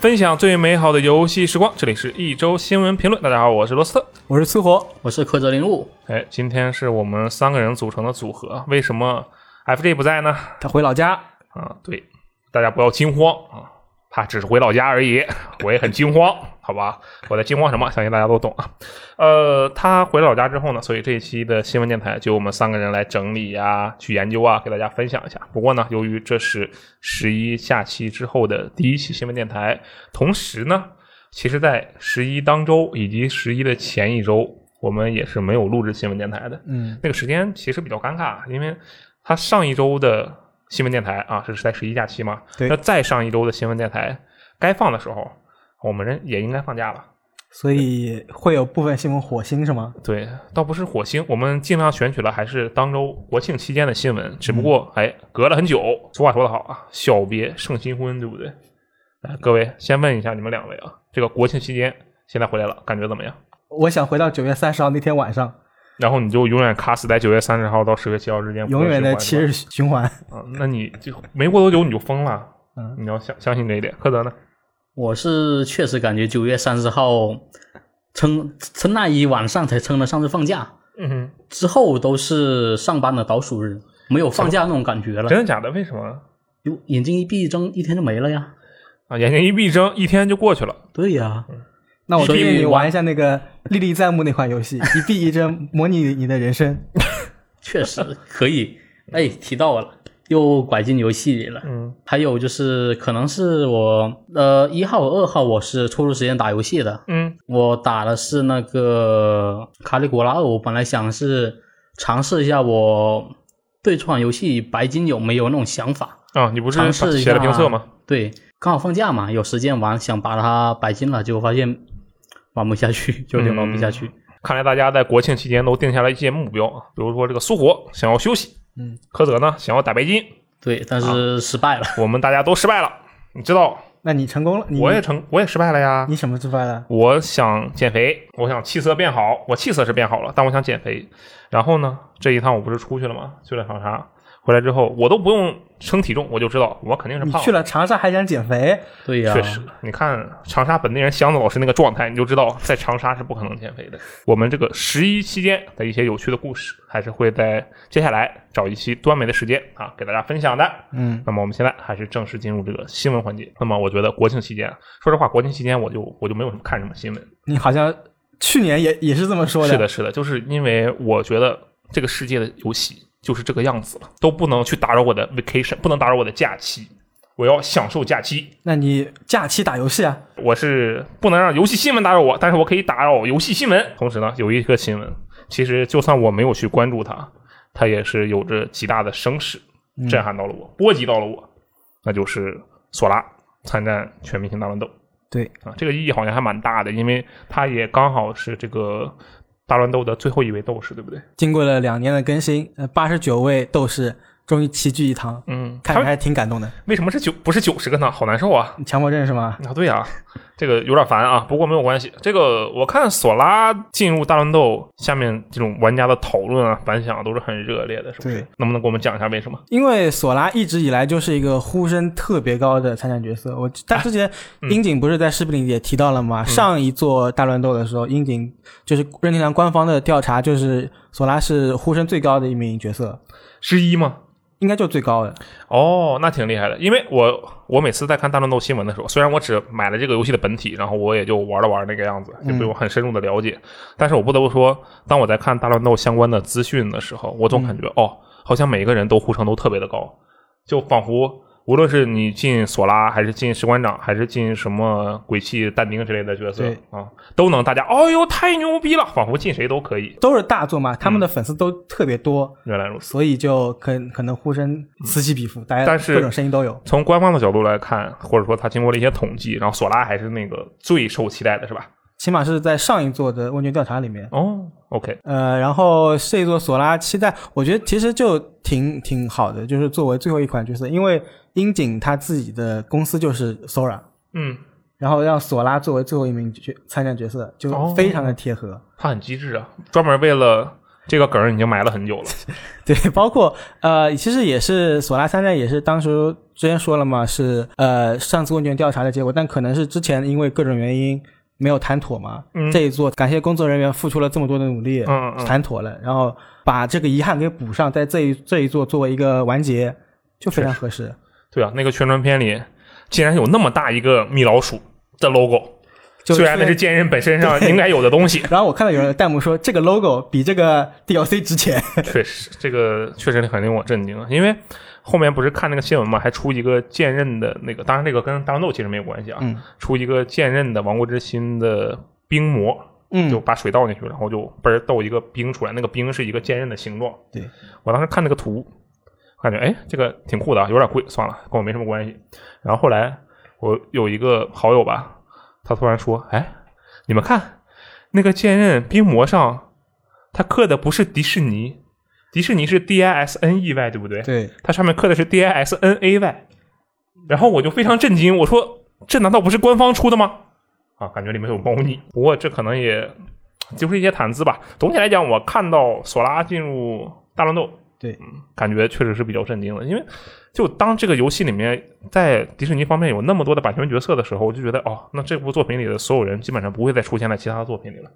分享最美好的游戏时光。这里是一周新闻评论，大家好，我是罗斯特。我是吃火，我是柯泽林悟，哎，今天是我们三个人组成的组合，为什么 FJ 不在呢？他回老家，啊，对，大家不要惊慌啊，他只是回老家而已，我也很惊慌，好吧？我在惊慌什么？相信大家都懂啊。呃，他回老家之后呢，所以这一期的新闻电台就我们三个人来整理啊，去研究啊，给大家分享一下。不过呢，由于这是十一假期之后的第一期新闻电台，同时呢，其实在十一当周以及十一的前一周，我们也是没有录制新闻电台的。嗯，那个时间其实比较尴尬，因为它上一周的新闻电台啊是在十一假期嘛，对那再上一周的新闻电台该放的时候，我们人也应该放假了。所以会有部分新闻火星是吗？对，倒不是火星，我们尽量选取了还是当周国庆期间的新闻，只不过、嗯哎，隔了很久。俗话说得好啊，小别胜新婚，对不对？来，各位先问一下你们两位啊，这个国庆期间现在回来了，感觉怎么样？我想回到九月三十号那天晚上，然后你就永远卡死在九月三十号到十月七号之间，永远的不会释怀吗七日循环。啊，那你就没过多久你就疯了，嗯你要相相信这一点。柯泽呢？我是确实感觉九月三十号撑撑那一晚上才撑得上次放假，嗯，之后都是上班的倒数日，没有放假那种感觉了真，的假的？为什么有眼睛一闭一睁，一天就没了呀。啊？眼睛一闭睁，一天就过去了。对呀，那我所推以荐你我玩一下那个历历在目那款游戏，一闭一睁模拟你的人生。 确实可 以。哎，提到了，又拐进游戏里了。嗯还有就是，可能是我呃一号、二号我是抽出时间打游戏的，嗯我打的是那个卡里古拉二，我本来想是尝试一下我对这款游戏白金有没有那种想法，啊，你不是尝试一写下了评测吗？？对，刚好放假嘛，有时间玩，想把它白金了，结果发现玩不下去，就有点玩不下嗯去。看来大家在国庆期间都定下了一些目标啊，比如说这个苏活想要休息，嗯，柯泽呢想要打白金，对，但是失败了。我们大家都失败了。你知道，那你成功了？你我也成，我也失败了呀。你什么失败了？我想减肥，我想气色变好，我气色是变好了，但我想减肥。然后呢，这一趟我不是出去了吗？去了长沙，回来之后我都不用称体重，我就知道我肯定是你胖去。了长沙还想减肥？对呀、确实，你看长沙本地人箱子老师那个状态，你就知道在长沙是不可能减肥的。我们这个十一期间的一些有趣的故事，还是会在接下来找一期端美的时间啊，给大家分享的。嗯，那么我们现在还是正式进入这个新闻环节。那么我觉得国庆期间，啊说实话，国庆期间我就我就没有什么看什么新闻，你好像去年也也是这么说是的，是的，就是因为我觉得这个世界的游戏就是这个样子了，都不能去打扰我的 vacation，不能打扰我的假期，我要享受假期。那你假期打游戏啊？我是不能让游戏新闻打扰我，但是我可以打扰游戏新闻。同时呢，有一个新闻，其实就算我没有去关注它，它也是有着极大的声势，震嗯撼到了我，波及到了我，那就是索拉参战全明星大乱斗。对，啊，这个意义好像还蛮大的，因为它也刚好是这个大乱斗的最后一位斗士，对不对？经过了两年的更新，呃，八十九位斗士终于齐聚一堂，嗯，看着他还挺感动的。为什么是九不是九十个呢？好难受啊！强迫症是吗？啊，对啊，这个有点烦啊，不过没有关系。这个我看索拉进入大乱斗，下面这种玩家的讨论啊、反响都是很热烈的，是不是对？能不能给我们讲一下为什么？因为索拉一直以来就是一个呼声特别高的参战角色。我哎他之前嗯樱井不是在视频里也提到了吗？上一座大乱斗的时候，樱井就是任天堂官方的调查，就是索拉是呼声最高的一名角色，之一吗？应该就最高的。哦，那挺厉害的，因为我我每次在看大乱斗新闻的时候，虽然我只买了这个游戏的本体，然后我也就玩了玩那个样子，也不用很深入的了解，但是我不得不说，当我在看大乱斗相关的资讯的时候，我总感觉、哦，好像每个人都呼声都特别的高，就仿佛无论是你进索拉，还是进士官长，还是进什么鬼泣、但丁之类的角色对啊，都能大家，哦呦，太牛逼了，仿佛进谁都可以。都是大作嘛，他嗯们的粉丝都特别多，原来如此。所以就可可能呼声此起彼伏，大家但是各种声音都有。从官方的角度来看，或者说他经过了一些统计，然后索拉还是那个最受期待的，是吧？起码是在上一座的问卷调查里面，哦，OK，呃，然后这一座索拉期待，我觉得其实就挺挺好的，就是作为最后一款角色，因为樱井他自己的公司就是 Sora，嗯，然后让索拉哦作为最后一名角参战角色，就非常的贴合。他很机智啊，专门为了这个梗儿已经埋了很久了。对，包括呃，其实也是索拉三代也是当时之前说了嘛，是呃上次问卷调查的结果，但可能是之前因为各种原因没有谈妥嘛。嗯这一做感谢工作人员付出了这么多的努力，嗯嗯谈妥了，然后把这个遗憾给补上，在这一这一做作为一个完结，就非常合适。对啊，那个宣传片里竟然有那么大一个米老鼠的 logo，就虽然那是剑刃本身上应该有的东西，然后我看到有人弹幕说这个 logo 比这个 DLC 值钱，确实，这个确实很令我震惊啊！因为后面不是看那个新闻嘛，还出一个剑刃的那个，当然这个跟大乱斗其实没有关系啊，嗯出一个剑刃的王国之心的冰魔，嗯就把水倒进去，然后就嘣儿倒一个冰出来，那个冰是一个剑刃的形状。对我当时看那个图，感觉哎，这个挺酷的啊，有点贵，算了，跟我没什么关系。然后后来我有一个好友吧，他突然说，哎，你们看那个剑刃冰魔上，它刻的不是迪士尼，迪士尼是 D I S N E Y 对不对？对，它上面刻的是 D I S N A Y，然后我就非常震惊，我说这难道不是官方出的吗？啊，感觉里面有猫腻。不过这可能也就是一些谈资吧。总体来讲，我看到索拉进入大乱斗，对嗯，感觉确实是比较震惊的。因为就当这个游戏里面在迪士尼方面有那么多的版权角色的时候，我就觉得哦，那这部作品里的所有人基本上不会再出现在其他的作品里了。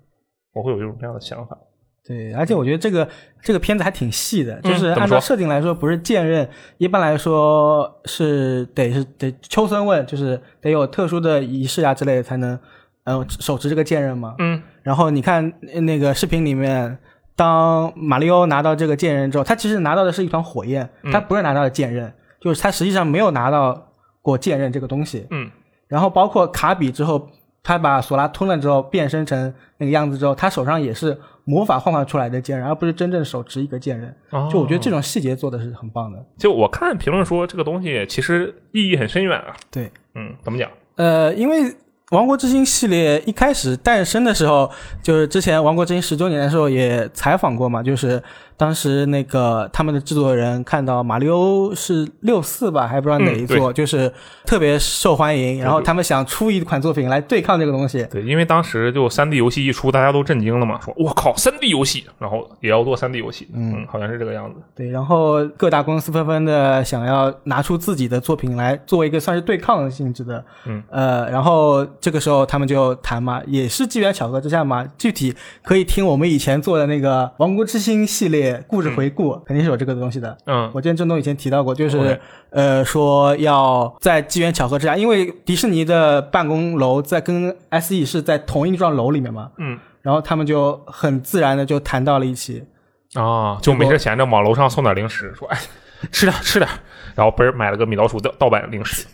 我会有一种这样的想法，对，而且我觉得这个这个片子还挺细的，就是嗯怎么按照说设定来说，不是剑刃，一般来说是得是得秋孙问，就是得有特殊的仪式啊之类的才能，呃，手持这个剑刃嘛。嗯，然后你看呃那个视频里面，当马里奥拿到这个剑刃之后，他其实拿到的是一团火焰，他不是拿到的剑刃，就是他实际上没有拿到过剑刃这个东西。嗯，然后包括卡比之后，他把索拉吞了之后变身成那个样子之后，他手上也是魔法幻化出来的剑刃，而不是真正手持一个剑刃。哦就我觉得这种细节做的是很棒的。就我看评论说这个东西其实意义很深远啊。对，嗯，怎么讲？呃，因为《王国之心》系列一开始诞生的时候，就是之前《王国之心》十周年的时候也采访过嘛，就是当时那个他们的制作人看到马里欧是六四吧，还不知道哪一座，就是特别受欢迎，然后他们想出一款作品来对抗这个东西。对，因为当时就三 D 游戏一出，大家都震惊了嘛，说我靠，三 D 游戏，然后也要做三 D 游戏，嗯，好像是这个样子。对，然后各大公司纷纷的想要拿出自己的作品来做一个算是对抗性质的，嗯，呃，然后这个时候他们就谈嘛，也是机缘巧合之下嘛，具体可以听我们以前做的那个《王国之心》系列故事回顾，肯定是有这个东西的。嗯，我记得郑东以前提到过，就是 OK 呃说要在机缘巧合之下，因为迪士尼的办公楼在跟 SE 是在同一幢楼里面嘛，嗯，然后他们就很自然的就谈到了一起，啊，就没事闲着往楼上送点零食，说哎， 吃点吃点，然后不是买了个米老鼠的盗版零 食，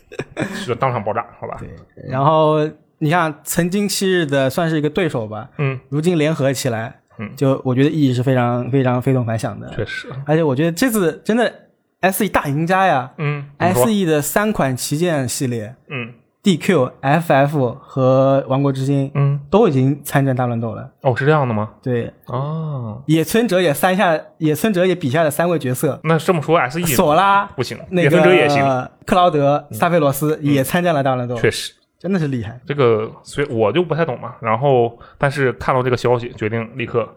就当场爆炸，好吧？然后你看，曾经昔日的算是一个对手吧，嗯，如今联合起来，嗯就我觉得意义是非常非常非同凡响的。确实，而且我觉得这次真的 SE 大赢家呀嗯，怎么说，SE 的三款旗舰系列嗯 DQ、FF 和王国之心嗯，都已经参战大乱斗了。哦，是这样的吗？对，哦，野村哲也三下，野村哲也笔下的三位角色，那这么说，S E 索拉、不行，那野个村哲也行，嗯克劳德、萨菲罗斯也参战了大乱斗，确实。真的是厉害。这个所以我就不太懂嘛，然后但是看到这个消息，决定立刻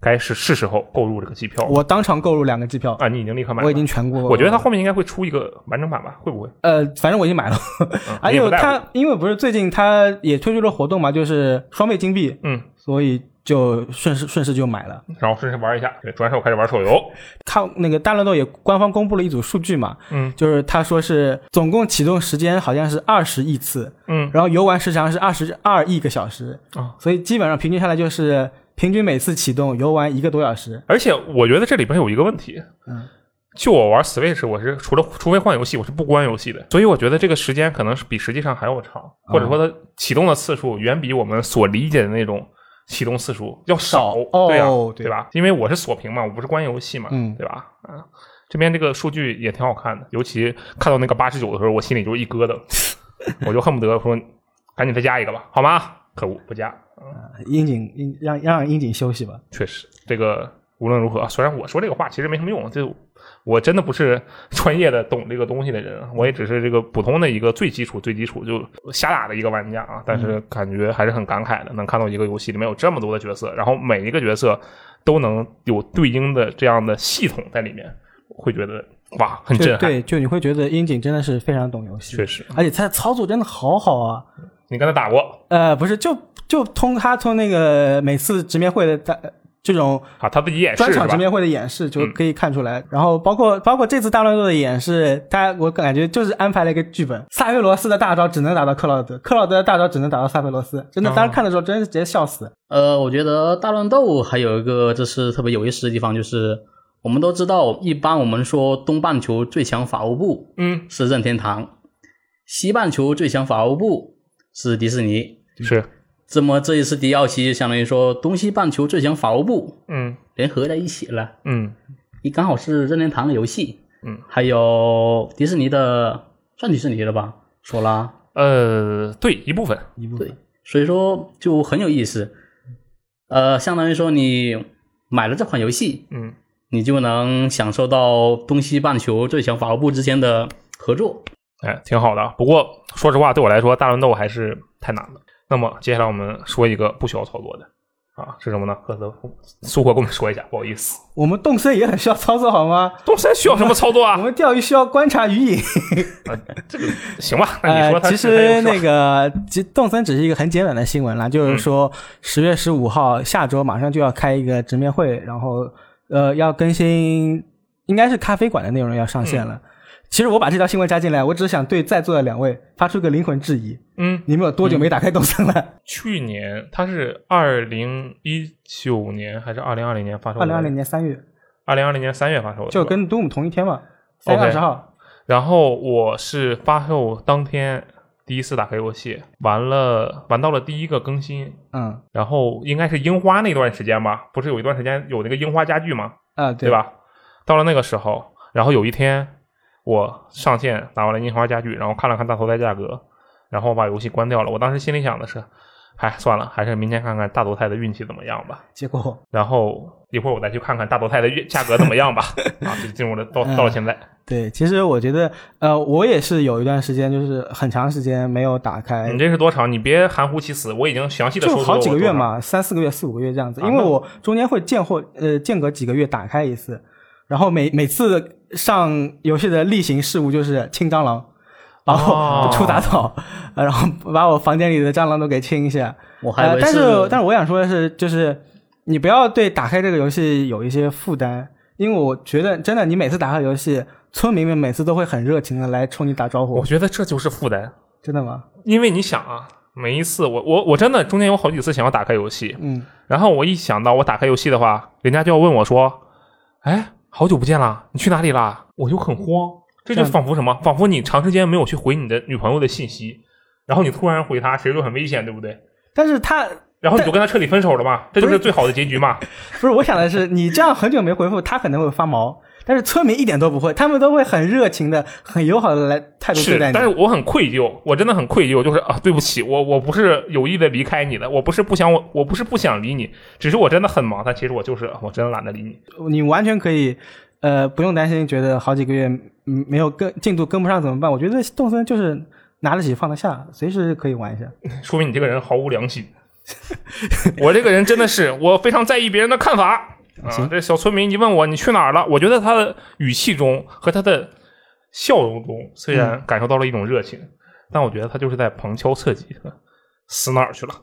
该是是时候购入这个机票了。我当场购入两个机票，啊，你已经立刻买了。我已经全过了。我觉得它后面应该会出一个完整版吧？会不会？呃，反正我已经买了，嗯、 而你也且不在乎他因为不是最近他也推出了活动嘛，就是双倍金币，嗯，所以就顺势顺势就买了。然后顺势玩一下，对，转手开始玩手游。看那个大乱斗也官方公布了一组数据嘛，嗯就是他说是总共启动时间好像是二十亿次，嗯，然后游玩时长是二十二亿个小时，啊所以基本上平均下来就是平均每次启动游玩一个多小时。而且我觉得这里边有一个问题，嗯，就我玩 Switch，我是除了除非换游戏，我是不关游戏的，所以我觉得这个时间可能是比实际上还要长，或者啊说它启动的次数远比我们所理解的那种。启动次数要少，少哦对呀、啊对对吧？因为我是锁屏嘛，我不是关游戏嘛，嗯对吧？啊，这边这个数据也挺好看的，尤其看到那个八十九的时候，我心里就一疙瘩， 我就恨不得说赶紧再加一个吧，好吗？可恶，不加，樱井樱让让樱井休息吧，确实，这个无论如何，啊虽然我说这个话其实没什么用，就我真的不是 专业的懂这个东西的人，啊我也只是这个普通的一个最基础、最基础就瞎打的一个玩家啊。但嗯是感觉还是很感慨的，能看到一个游戏里面有这么多的角色，然后每一个角色都能有对应的这样的系统在里面，会觉得哇，很就震撼。对，就你会觉得樱井真的是非常懂游戏，嗯确实，而且他的操作真的好好啊。你跟他打过呃，不是，就就通他通那个每次直面会的大这种啊？他自己也是专是场直吧？嗯面会的演示就可以看出来。然后包括包括这次大乱斗的演示，他我感觉就是安排了一个剧本，萨菲罗斯的大招只能打到克劳德，克劳德的大招只能打到萨菲罗斯，真的，哦当时看的时候真是直接笑死。呃，我觉得大乱斗还有一个就是特别有意思的地方，就是我们都知道，一般我们说东半球最强法务部嗯，是任天堂，西半球最强法务部是迪士尼。嗯是，这么这一次迪奥奇就相当于说东西半球最强法务部嗯联合在一起了，嗯你刚好是任天堂的游戏，嗯，还有迪士尼的，算迪士尼的吧，索拉，呃，对，一部分一部分对，所以说就很有意思。呃，相当于说你买了这款游戏，嗯，你就能享受到东西半球最强法务部之间的合作。哎，挺好的啊。不过说实话，对我来说，大乱斗还是太难了。那么接下来我们说一个不需要操作的啊，是什么呢？赫德苏火跟我们说一下，不好意思，我们动森也很需要操作好吗？动森需要什么操作我啊？们钓鱼需要观察鱼影。这个行吧？那你呃说，它其是它有什实么嗯那个，其实动森只是一个很简短的新闻啦，就是说十月十五号下周马上就要开一个直面会，然后呃要更新，应该是咖啡馆的内容要上嗯线了。其实我把这条新闻加进来，我只是想对在座的两位发出个灵魂质疑：嗯，你们有多久没打开动森了？去年它是二零一九年还是二零二零年发售的？二零二零年三月，二零二零年三月发售的，就是吧跟 Doom 同一天嘛，三月 OK 二十号。然后我是发售当天第一次打开游戏，玩了玩到了第一个更新，嗯然后应该是樱花那段时间吧，不是有一段时间有那个樱花家具吗？啊，对对？吧？到了那个时候，然后有一天我上线打完了樱花家具，然后看了看大头菜价格，然后把游戏关掉了。我当时心里想的是，哎，算了，还是明天看看大头菜的运气怎么样吧。结果然后一会儿我再去看看大头菜的运价格怎么 样吧。啊，就进入了到嗯到了现在，对，其实我觉得，呃，我也是有一段时间，就是很长时间没有打开你这是多长？你别含糊其辞，我已经详细的哎就说出了好几我个多月长。嘛，三四个月、四五个月这样子，啊因为那我中间会间或呃间隔几个月打开一次，然后每每次上游戏的例行事务就是清蟑螂，然后哦 出打草，呃然后把我房间里的蟑螂都给清一下。我还以呃，为但是但是我想说的是，就是你不要对打开这个游戏有一些负担，因为我觉得真的你每次打开游戏，村民们每次都会很热情的来冲你打招我呼，觉得这就是负担，真的吗？因为你想啊，每一次我我我真的中间有好几次想要打开游戏，嗯，然后我一想到我打开游戏的话，人家就要问我说：“哎，好久不见啦，你去哪里啦？”我就很慌，这就这样仿佛什么？仿佛你长时间没有去回你的女朋友的信息，然后你突然回她，其实就很危险，对不对？但是他然后你就跟她彻底分手了嘛，这就是最好的结局嘛？ 不是，我想的是，你这样很久没回复，他可能会发毛，但是村民一点都不会，他们都会很热情的、很友好的来态度对是待，但你。是我很愧疚，我真的很愧疚，就是啊，对不起，我我不是有意的离开你的，我不是不想我我不是不想理你，只是我真的很忙，但其实我就是啊我真的懒得理你。你完全可以，呃，不用担心，觉得好几个月嗯没有跟进度跟不上怎么办？我觉得动森就是拿得起放得下，随时可以玩一下。说明你这个人毫无良心。 我这个人真的是，我非常在意别人的看法啊。这小村民一问我你去哪儿了，我觉得他的语气中和他的笑容中，虽然感受到了一种热情，但我觉得他就是在旁敲侧击，死哪儿 去了？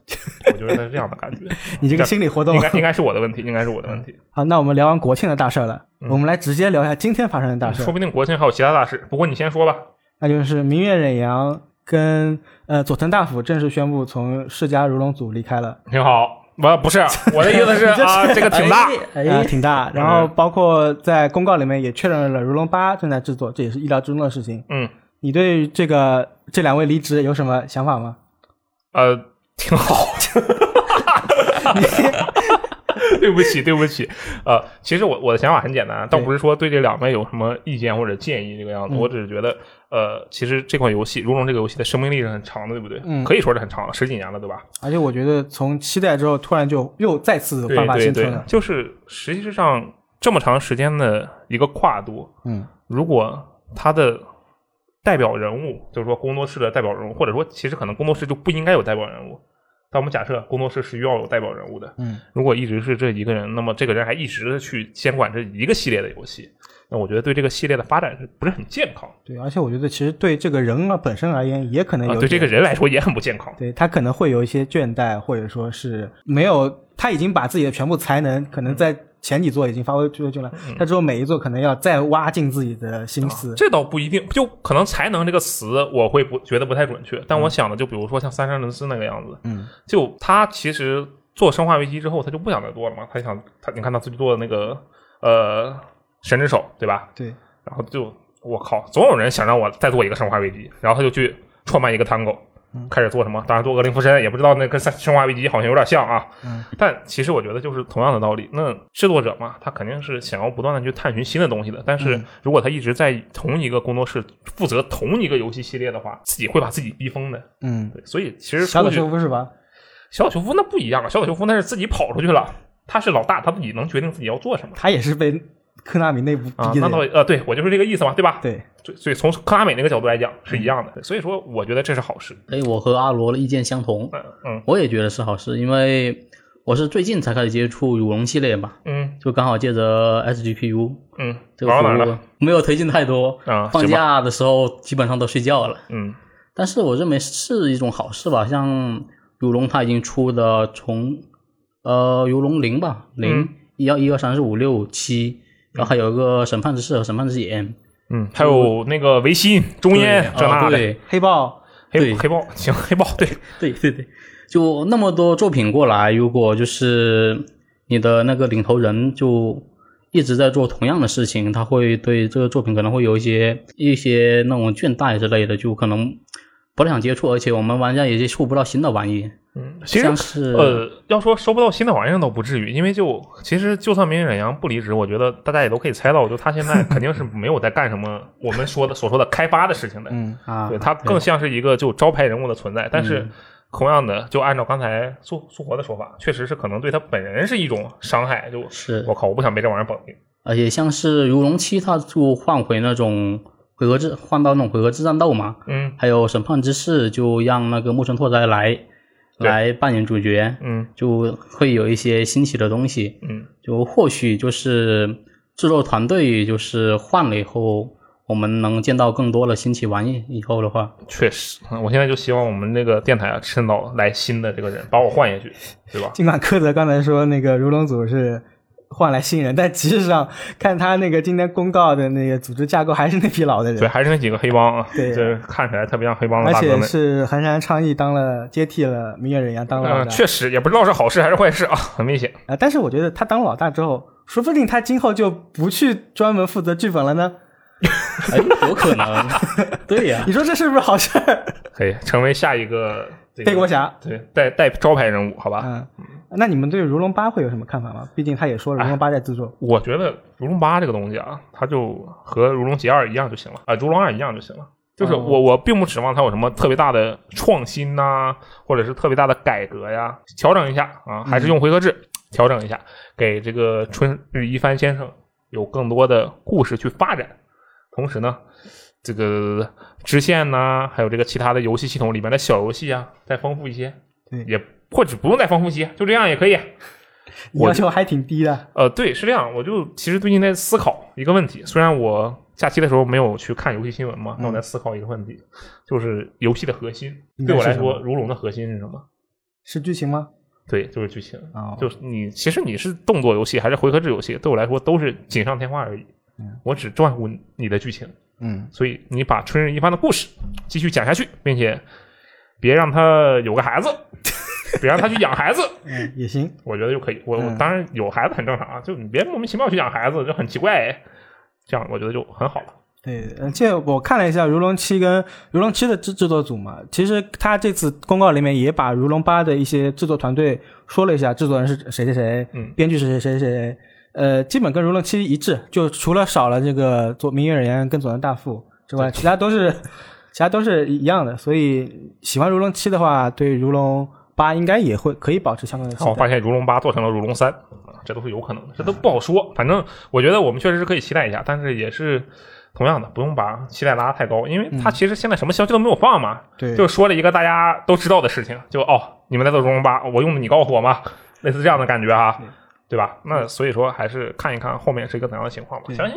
我觉得他是这样的感觉。你这个心理啊活动应该应该是我的问题，应该是我的问题。 好，那我们聊完国庆的大事儿了，嗯我们来直接聊一下今天发生的大事儿说，不定国庆还有其他大事，不过你先说吧。那就是明月忍阳跟呃佐藤大辅正式宣布从世嘉如龙组离开了。挺 好，我不是我的意思是啊，这个挺大。哎，呃，哎挺大。然后嗯包括在公告里面也确认了《如龙八》正在制作，这也是意料之中的事情。嗯，你对这个这两位离职有什么呃想法吗？呃，挺好。 对不起，对不起，呃，其实我我的想法很简单，倒不是说对这两位有什么意见或者建议这个样嗯子，我只是觉得，呃，其实这款游戏《如龙》这个游戏的生命力是很长的，对不对？嗯可以说是很长了，十几年了，对吧？而且我觉得从七代之后，突然就又再次有办法对对生存对了，，就是实际上这么长时间的一个跨度，嗯，如果他的代表人物，就是说工作室的代表人物，或者说其实可能工作室就不应该有代表人物。但我们假设工作室是需要有代表人物的，嗯，如果一直是这一个人，那么这个人还一直地去监管这一个系列的游戏，那我觉得对这个系列的发展是不是很健康对，而且我觉得其实对这个人啊本身而言，也可能有、啊？对这个，人来说也很不健康。对他可能会有一些倦怠，或者说是没有，他已经把自己的全部才能，可能在前几座已经发挥出去了，他之后每一座可能要再挖尽自己的心思，嗯哦这倒不一定，就可能“才能”这个词，我会不觉得不太准确。但我想的，就比如说像三山伦斯那个样子，嗯，就他其实做生化危机之后，他就不想再做了嘛。他想，他你看他自己做的那个呃神之手，对吧？对，然后就我靠，总有人想让我再做一个生化危机，然后他就去创办一个 Tango，开嗯始做什么？当然做恶灵附身，也不知道那跟三生化危机好像有点像啊。嗯但其实我觉得就是同样的道理。那制作者嘛，他肯定是想要不断的去探寻新的东西的。但嗯是如果他一直在同一个工作室负责同一个游戏系列的话，自己会把自己逼疯的。嗯，对，所以其实小出岛去秀夫是吧？小岛秀夫那不一样啊，小岛秀夫那是自己跑出去了，他是老大，他自己能决定自己要做什么。他也是被科纳米内部啊，逼那的倒人，也呃，对我就是这个意思嘛，对吧？对，所以所以从克拉美那个角度来讲是一嗯样的，所以说我觉得这是好事。哎，我和阿罗的意见相同，嗯嗯我也觉得是好事，因为我是最近才开始接触乳龙系列嘛，嗯就刚好借着 SGPU 嗯，这个玩到哪儿服务了？，没有推进太多，啊，放行吧，假的时候基本上都睡觉了。嗯但是我认为是一种好事吧，像游龙它已经出的从呃游龙零吧，嗯零一二一二三四五六七，然后还有一个审判之士和审判之眼，嗯，还有那个维新、中对烟这那啊的，对黑豹，黑对黑豹行，黑豹 对，对对对，就那么多作品过来，如果就是你的那个领头人就一直在做同样的事情，他会对这个作品可能会有一些一些那种倦怠之类的，就可能不太想接触，而且我们玩家也接触不到新的玩意，嗯，其实像是呃，要说收不到新的玩意儿倒不至于，因为就其实就算明日忍阳不离职，我觉得大家也都可以猜到，就他现在肯定是没有在干什么我们说的所说的开发的事情的，嗯啊，对，它更像是一个就招牌人物的存在。但是嗯同样的，就按照刚才苏苏活的说法，确实是可能对他本人是一种伤害。就是我靠，我不想被这玩意儿绑定。而且像是如龙七，它就换回那种回合制，换到那种回合制战斗嘛。嗯还有审判之士，就让那个木村拓哉来对来扮演主角，嗯就会有一些新奇的东西。嗯就或许就是制作团队就是换了以后，我们能见到更多的新奇玩意。以后的话，确实，嗯我现在就希望我们这个电台啊，趁早来新的这个人，把我换下去，对吧？尽管柯泽刚才说那个如龙组是换来新人，但其实上看他那个今天公告的那个组织架构还是那批老的对，人，还是那几个黑帮啊，对这看起来特别像黑帮的而大哥且们。是横山昌一当了接替了明月忍阳当了嗯、老大、确实也不知道是好事还是坏事啊，很危险。啊，但是我觉得他当老大之后，说不定他今后就不去专门负责剧本了呢。哎，有可能，对呀、你说这是不是好事儿？可以成为下一个这个啊 背锅侠，对，带带招牌人物，好吧？嗯，那你们对《如龙八》会有什么看法吗？毕竟他也说了，《如龙八》在制作，我觉得《如龙八》这个东西啊，它就和《如龙杰二》一样就行了啊，如龙二》一样就行了。就是哦我我并不指望它有什么特别大的创新呐、或者是特别大的改革呀，调整一下啊，还是用回合制、调整一下，给这个春日一番先生有更多的故事去发展。同时呢，这个支线呐、还有这个其他的游戏系统里面的小游戏啊，再丰富一些，对也或者不用再丰富一些，就这样也可以。啊我要求还挺低的。呃，对，是这样。我就其实最近在思考一个问题，虽然我假期的时候没有去看游戏新闻嘛，那我在思考一个问题，就是游戏的核心嗯应该对我是来什说，如龙的核心是什么？是剧情吗？对，就是剧情。哦啊就是你其实你是动作游戏还是回合制游戏，对我来说都是锦上添花而已。我只在乎你的剧情，嗯，所以你把春日一番的故事继续讲下去，并且别让他有个孩子， 别让他去养孩子，嗯，也行。我觉得就可以。我我嗯当然有孩子很正常啊，就你别莫名其妙去养孩子，就很奇怪、哎。这样我觉得就很好了。对，而且我看了一下《如龙七》跟《如龙七》的制制作组嘛，其实他这次公告里面也把《如龙八》的一些制作团队说了一下，制作人是谁谁谁，嗯编剧是谁谁谁谁，呃，基本跟《如龙七》一致，就除了少了这个佐明月人跟佐藤大副之外，其他都是其他都是一样的。所以喜欢《如龙七》的话，对《如龙八》应该也会可以保持相关的期但我待。发现《如龙八》做成了《如龙三》，啊这都是有可能的，这都不好说。反正我觉得我们确实是可以期待一下，但是也是同样的，不用把期待拉太高，因为嗯它其实现在什么消息都没有放嘛，对，就说了一个大家都知道的事情，就哦，你们在做《如龙八》，我用的你告诉我吗？类似这样的感觉哈、对对吧？嗯那所以说还是看一看后面是一个怎样的情况吧。对相信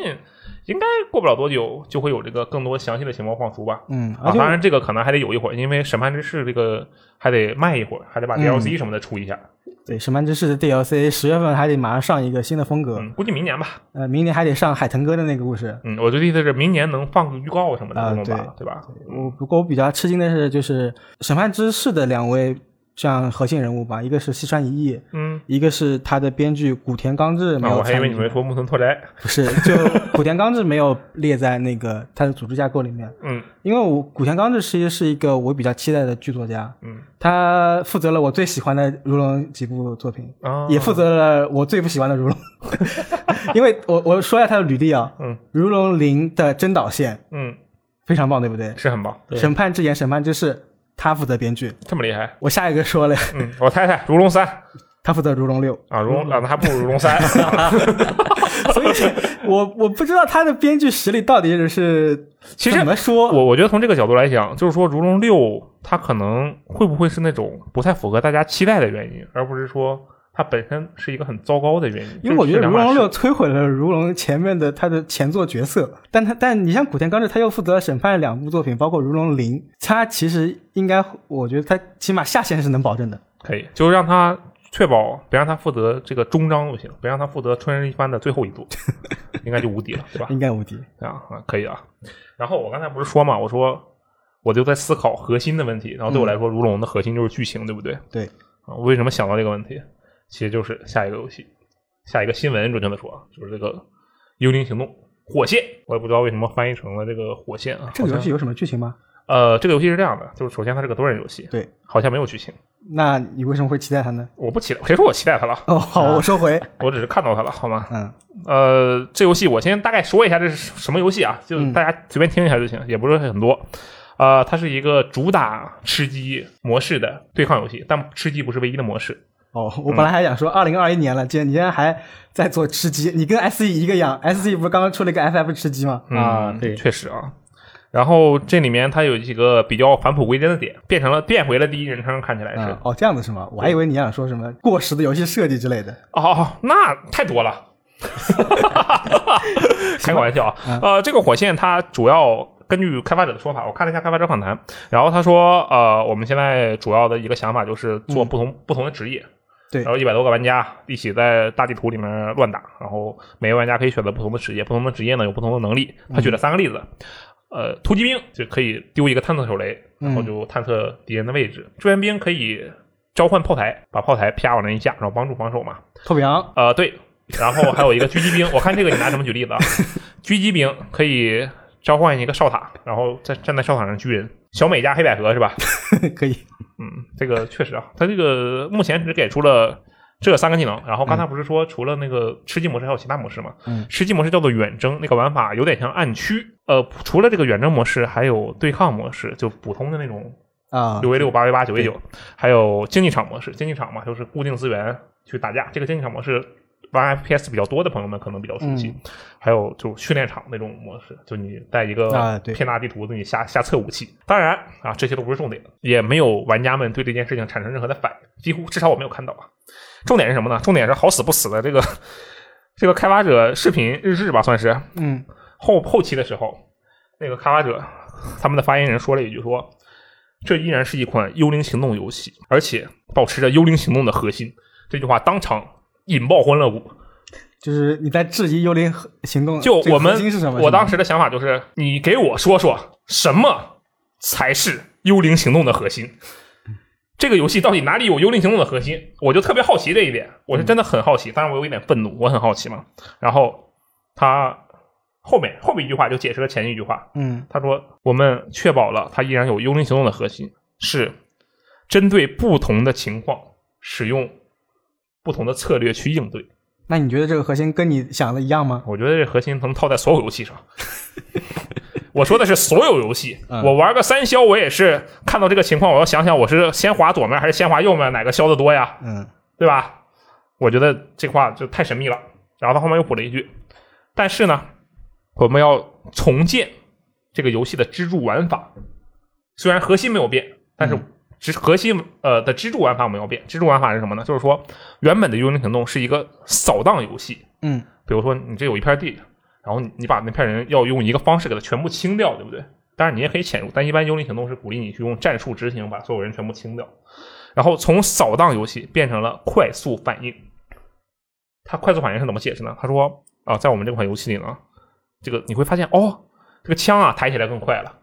应该过不了多久就会有这个更多详细的情况放出吧。嗯，而啊，且当然这个可能还得有一会儿，因为审判之誓这个还得卖一会儿，还得把嗯 DLC 什么的出一下。对《审判之誓》的 DLC 十月份还得马上上一个新的风格，嗯，估计明年吧。呃，明年还得上海腾哥的那个故事。嗯，我的意思是明年能放个预告什么的，啊这种吧，对吧？我不过我比较吃惊的是，就是审判之士的两位像核心人物吧，一个是西川一义，嗯，一个是他的编剧古田刚志没那有啊我还以参为与你，会说木村拓哉。不是，就古田刚志没有列在那个他的组织架构里面，嗯因为我古田刚志其实是一个我比较期待的剧作家，嗯他负责了我最喜欢的如龙几部作品，啊，也负责了我最不喜欢的如龙， 因为我我说一下他的履历啊，嗯如龙零的真岛线嗯非常棒，对不对？是很棒，对审判之眼、审判之事，他负责编剧。这么厉害。我下一个说了，嗯，我猜猜《如龙三》他负责《如龙六啊，《如嗯龙》啊，那还不如《如龙 三》。》，所以我我不知道他的编剧实力到底是其实怎么说。我我觉得从这个角度来讲，就是说《如龙六》它可能会不会是那种不太符合大家期待的原因，而不是说它本身是一个很糟糕的原因。因为我觉这得《是如两码龙事六》摧毁了《如龙》前面的他的前作角色，但他但你像古田刚志，他又负责审判两部作品，包括《如龙零》，他其实应该，我觉得他起码下限是能保证的。可以，就让他确保别让他负责这个终章就行，别让他负责春日一番的最后一部， 应该就无敌了，对吧？应该无敌。啊啊，可以啊。然后我刚才不是说嘛，我说我就在思考核心的问题，然后对我嗯来说，如龙的核心就是剧情，对不对？对啊，我为什么想到这个问题？其实就是下一个游戏，下一个新闻，准确的说啊，就是这个《幽灵行动》火线，我也不知道为什么翻译成了这个火线啊。这好个游像戏有什么剧情吗？呃，这个游戏是这样的，就是首先它是个多人游戏，对，好像没有剧情，那你为什么会期待他呢？我不期待，谁说我期待它了？哦，好，我收回。我只是看到它了，好吗？嗯，呃，这游戏我先大概说一下这是什么游戏啊，就嗯大家随便听一下就行，也不是很多。呃，它是一个主打吃鸡模式的对抗游戏，但吃鸡不是唯一的模式。哦，我本来还想说，二零二一年了，竟然你竟然还在做吃鸡，你跟 S E 一个样，S E 不是刚刚出了一个 F F 吃鸡吗？嗯、啊对确实啊。然后这里面它有几个比较返璞归真的点，变成了变回了第一人称，看起来是。啊嗯哦，这样子是吗？我还以为你想说什么过时的游戏设计之类的。哦哦，那太多了，开个玩笑啊。呃，这个火线它主要根据开发者的说法，我看了一下开发者访谈，然后他说，呃，我们现在主要的一个想法就是做不同、不同的职业。对然后一百多个玩家一起在大地图里面乱打，然后每个玩家可以选择不同的职业，不同的职业呢有不同的能力。他举了三个例子，呃，突击兵就可以丢一个探测手雷，然后就探测敌人的位置；支援兵可以召唤炮台，把炮台啪往人一下，然后帮助防守嘛。托比昂，呃，对，然后还有一个狙击兵，我看这个你拿什么举例子啊？狙击兵可以召唤一个哨塔，然后在站在哨塔上狙人。小美加黑百合是吧？ 可以，嗯，这个确实啊，它这个目前只给出了这三个技能。然后刚才不是说除了那个吃鸡模式还有其他模式吗？嗯，吃鸡模式叫做远征，那个玩法有点像暗区。呃，除了这个远征模式，还有对抗模式，就普通的那种啊六 v 六、八 v 八、九 v 九，还有竞技场模式。竞技场嘛，就是固定资源去打架。这个竞技场模式玩 FPS 比较多的朋友们可能比较熟嗯悉。还有就是训练场那种模式，就你带一个啊对片大地图自己瞎瞎测武器。当然啊，这些都不是重点，也没有玩家们对这件事情产生任何的反应，几乎至少我没有看到啊。重点是什么呢？重点是好死不死的这个这个开发者视频日志吧，算是嗯，后后期的时候，那个开发者他们的发言人说了一句说，这依然是一款幽灵行动游戏，而且保持着幽灵行动的核心。这句话当场引爆欢乐谷。就是你在质疑幽灵行动就这个我们核心是什么？我当时时的想法就是，你给我说说什么才是幽灵行动的核心？这个游戏到底哪里有幽灵行动的核心？我就特别好奇这一点，我是真的很好奇。当然，我有一点愤怒，我很好奇嘛。然后他后面后面一句话就解释了前一句话。嗯他说：“我们确保了它依然有幽灵行动的核心是针对不同的情况使用不同的策略去应对。”那你觉得这个核心跟你想的一样吗？我觉得这核心能套在所有游戏上。我说的是所有游戏，嗯我玩个三消，我也是看到这个情况，我要想想我是先滑左面还是先滑右面，哪个消的多呀，嗯，对吧？我觉得这话就太神秘了。然后他后面又补了一句：“但是呢，我们要重建这个游戏的支柱玩法，虽然核心没有变，但是只核心呃的支柱玩法没有变。支柱玩法是什么呢？就是说原本的《幽灵行动》是一个扫荡游戏，嗯比如说你这有一片地，然后你你把那片人要用一个方式给它全部清掉，对不对？当然你也可以潜入，但一般幽灵行动是鼓励你去用战术执行把所有人全部清掉，然后从扫荡游戏变成了快速反应。它快速反应是怎么解释呢？他说啊，在我们这款游戏里呢，这个你会发现哦，这个枪啊抬起来更快了，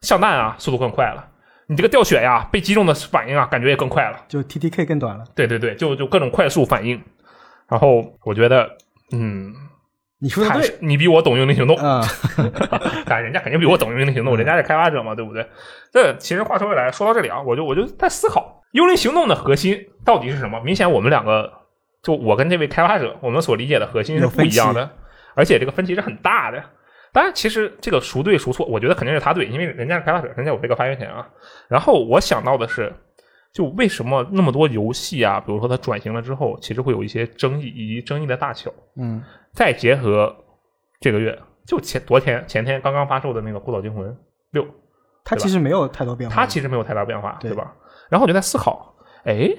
霰弹啊速度更快了，你这个掉血呀、被击中的反应啊感觉也更快了。就 T T K 更短了。对对对，就就各种快速反应。然后我觉得，嗯，你说的太对是，你比我懂幽灵行动，嗯， 但人家肯定比我懂幽灵行动，人家是开发者嘛，对不对？这其实话说回来，说到这里啊，我就我就在思考幽灵行动的核心到底是什么。明显我们两个，就我跟这位开发者，我们所理解的核心是有不分一歧样的，而且这个分歧是很大的。当然，其实这个孰对孰错，我觉得肯定是他对，因为人家是开发者，人家有这个发言权啊。然后我想到的是，就为什么那么多游戏啊，比如说它转型了之后，其实会有一些争议以及争议的大小。嗯再结合这个月就前昨天前天刚刚发售的那个《孤岛惊魂六》，它其实没有太多变化。它其实没有太大变化，对对吧？然后我就在思考，哎，《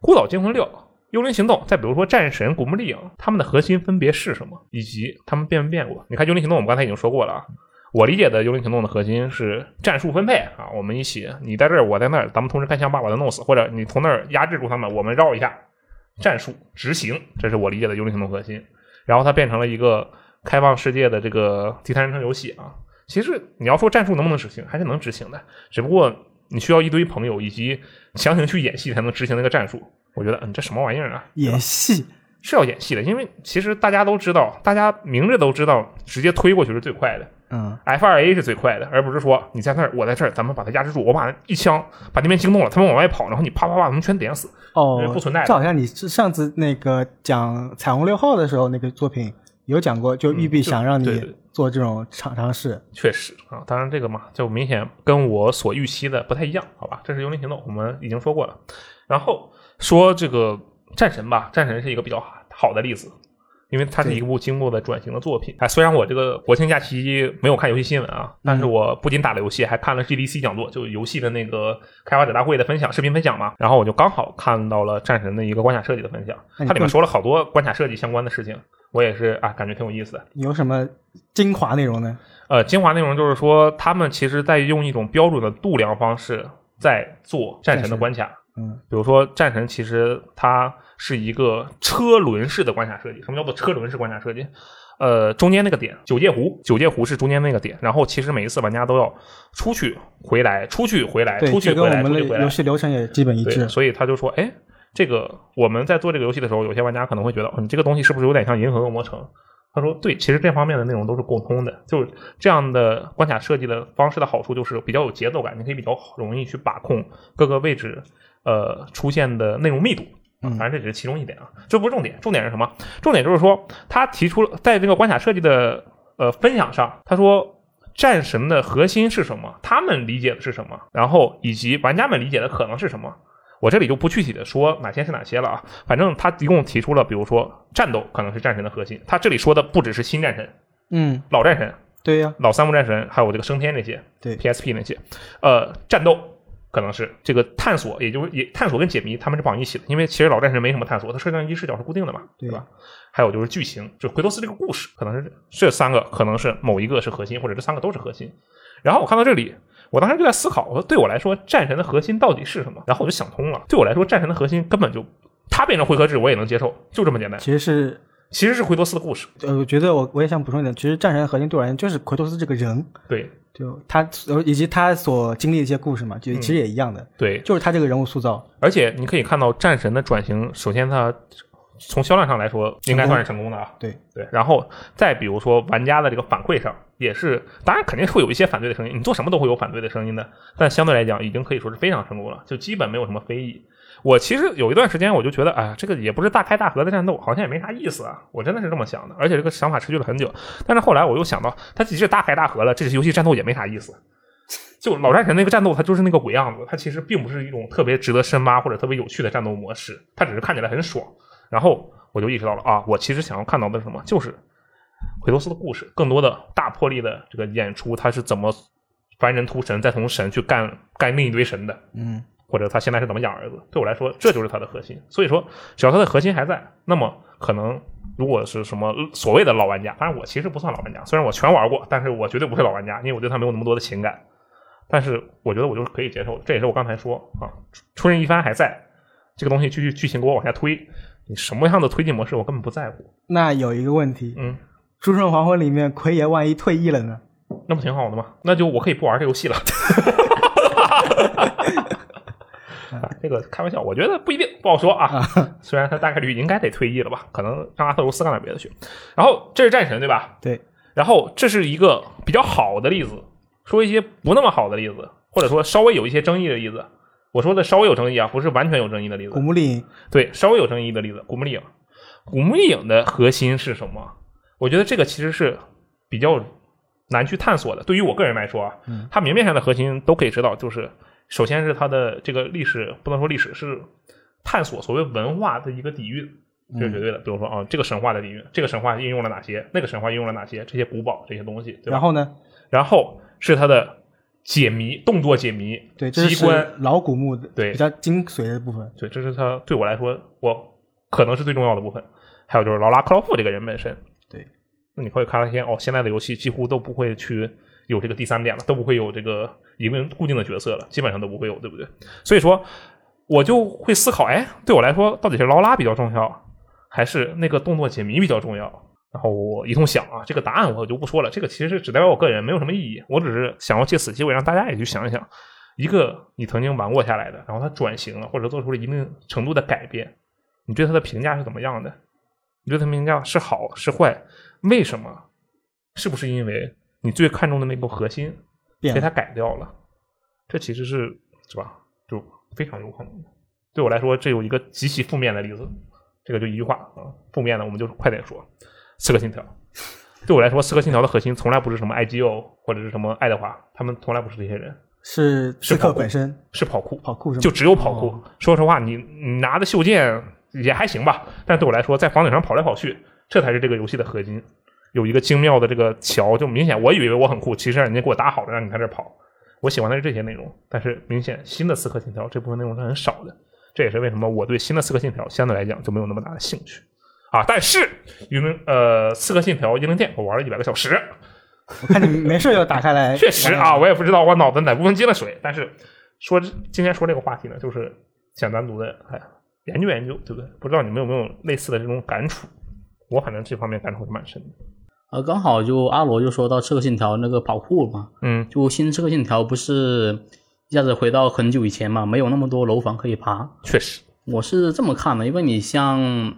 孤岛惊魂六》《幽灵行动》，再比如说《战神》《古墓丽影》，他们的核心分别是什么，以及他们变没变过？你看《幽灵行动》，我们刚才已经说过了啊。我理解的《幽灵行动》的核心是战术分配啊，我们一起，你在这儿，我在那儿，咱们同时开枪把我的弄死，或者你从那儿压制住他们，我们绕一下，战术执行，这是我理解的《幽灵行动》核心。然后它变成了一个开放世界的这个第三人称游戏啊。其实你要说战术能不能执行，还是能执行的，只不过你需要一堆朋友以及强行去演戏才能执行那个战术。我觉得，嗯，这什么玩意儿啊？演戏，是要演戏的，因为其实大家都知道，大家明着都知道，直接推过去是最快的嗯，F 二 A 是最快的，而不是说你在那儿，我在这儿，咱们把他压制住，我把一枪把那边惊动了，他们往外跑，然后你啪啪啪把他们全点死。哦这是不存在的这好像你是上次那个讲《彩虹六号》的时候，那个作品有讲过，就育碧嗯想让对你对做这种尝尝试。确实啊，当然这个嘛，就明显跟我所预期的不太一样，好吧？这是《幽灵行动》，我们已经说过了。然后说这个《战神》吧，《战神》是一个比较好的例子，因为它是一部经过了转型的作品。哎，虽然我这个国庆假期没有看游戏新闻啊，但是我不仅打了游戏，还看了 GDC 讲座，就游戏的那个开发者大会的分享视频分享嘛。然后我就刚好看到了《战神》的一个关卡设计的分享，那你它里更面说了好多关卡设计相关的事情，我也是啊，感觉挺有意思的。有什么精华内容呢？呃，精华内容就是说，他们其实在用一种标准的度量方式在做战神的关卡。嗯比如说，战神其实它是一个车轮式的关卡设计。什么叫做车轮式关卡设计？呃，中间那个点，九界湖，九界湖是中间那个点。然后，其实每一次玩家都要出去回来，出去回来，对，出去这跟哎回来，我们出的去回来游。戏流程也基本一致对，。所以他就说，哎，这个我们在做这个游戏的时候，有些玩家可能会觉得，嗯，这个东西是不是有点像银河恶魔城？他说，对，其实这方面的内容都是共通的，就是这样的关卡设计的方式的好处就是比较有节奏感，你可以比较容易去把控各个位置，呃，出现的内容密度。啊嗯反正这只是其中一点啊，这不是重点，重点是什么？重点就是说，他提出了在这个关卡设计的呃分享上，他说战神的核心是什么，他们理解的是什么，然后以及玩家们理解的可能是什么。我这里就不具体的说哪些是哪些了啊，反正他一共提出了，比如说战斗可能是战神的核心，他这里说的不只是新战神、嗯，老战神、对呀、老三部战神，还有这个升天那些，对 PSP 那些，呃，战斗可能是这个探索，也就是也探索跟解谜他们是绑一起的，因为其实老战神没什么探索，它摄像机视角是固定的嘛，对对吧？还有就是剧情，就奎托斯这个故事，可能是这三个，可能是某一个是核心，或者这三个都是核心。然后我看到这里，我当时就在思考，我说对我来说，战神的核心到底是什么？然后我就想通了，对我来说，战神的核心根本就它变成回合制，我也能接受，就这么简单。其实是其实是奎托斯的故事，呃，我觉得我我也想补充一点，其实战神的核心对我而言就是奎托斯这个人，对就他呃以及他所经历的一些故事嘛，就嗯其实也一样的，对，就是他这个人物塑造。而且你可以看到战神的转型，首先它从销量上来说，应该算是成功的啊。对对，然后再比如说玩家的这个反馈上，也是，当然肯定是会有一些反对的声音，你做什么都会有反对的声音的，但相对来讲，已经可以说是非常成功了，就基本没有什么非议。我其实有一段时间，我就觉得，哎，这个也不是大开大合的战斗，好像也没啥意思啊。我真的是这么想的，而且这个想法持续了很久。但是后来我又想到，它即使大开大合了，这游戏战斗也没啥意思。就老战神那个战斗，它就是那个鬼样子，它其实并不是一种特别值得深挖或者特别有趣的战斗模式，它只是看起来很爽。然后我就意识到了啊，我其实想要看到的是什么，就是奎托斯的故事，更多的大魄力的这个演出，他是怎么凡人屠神，再从神去干干另一堆神的，嗯，或者他现在是怎么养儿子。对我来说，这就是他的核心。所以说，只要他的核心还在，那么可能如果是什么所谓的老玩家，当然我其实不算老玩家，虽然我全玩过，但是我绝对不是老玩家，因为我对他没有那么多的情感。但是我觉得我就是可以接受的，这也是我刚才说啊，春日一番还在，这个东西继续剧情给我往下推，你什么样的推进模式我根本不在乎，那有一个问题，嗯，诸神黄昏》里面奎爷万一退役了呢？那不挺好的吗？那就我可以不玩这游戏了。 啊，这个开玩笑，我觉得不一定，不好说啊。虽然他大概率应该得退役了吧，可能让阿特柔斯干点别的去。然后这是战神对吧？对，然后这是一个比较好的例子，说一些不那么好的例子，或者说稍微有一些争议的例子。我说的稍微有争议啊，不是完全有争议的例子古。墓丽影，对，稍微有争议的例子，古墓丽影。古墓丽影的核心是什么？我觉得这个其实是比较难去探索的。对于我个人来说啊，嗯它明面上的核心都可以知道，就是首先是它的这个历史，不能说历史是探索所谓文化的一个底蕴，嗯这是绝对的。比如说啊，这个神话的底蕴，这个神话应用了哪些，那个神话应用了哪些，这些古堡这些东西，对吧？然后呢？然后是它的解谜，动作解谜，对，这机是关老古墓的对比较精髓的部分。对，这是他对我来说，我可能是最重要的部分。还有就是劳拉克劳夫这个人本身，对，那你会看发现哦，现在的游戏几乎都不会去有这个第三点了，都不会有这个一个人固定的角色了，基本上都不会有，对不对？所以说，我就会思考，哎，对我来说，到底是劳拉比较重要，还是那个动作解谜比较重要？然后我一通想啊，这个答案我就不说了，这个其实是只代表我个人，没有什么意义。我只是想要借此机会让大家也去想一想，一个你曾经玩过下来的，然后它转型了，或者做出了一定程度的改变，你对它的评价是怎么样的？你对它评价是好是坏？为什么？是不是因为你最看重的那个核心变被它了改掉了？这其实是是吧？就非常有可能的。对我来说，这有一个极其负面的例子，这个就一句话啊，负面的我们就快点说。刺客信条。对我来说，刺客信条的核心从来不是什么 IGO 或者是什么爱德华，他们从来不是这些人，是刺跑客酷本身是跑酷，跑酷是吗？就只有跑哦酷。说实话，你你拿的袖剑也还行吧，但对我来说，在房顶上跑来跑去，这才是这个游戏的核心。有一个精妙的这个桥，就明显我以为我很酷，其实人家给我打好了，让你在这儿跑。我喜欢的是这些内容，但是明显新的刺客信条这部分内容是很少的，这也是为什么我对新的刺客信条相对来讲就没有那么大的兴趣啊。但是云呃，刺客信条英灵殿我玩了一百个小时，我看 你没事就打开哎来，确实啊，，我也不知道我脑子哪部分进了水，但是说这今天说这个话题呢，就是想单独的哎研究研究，对不对？不知道你们有没有类似的这种感触？我反正这方面感触是蛮深的。呃，刚好就阿罗就说到刺客信条那个跑酷嘛，嗯就新刺客信条不是一下子回到很久以前嘛，没有那么多楼房可以爬。确实，我是这么看的，因为你像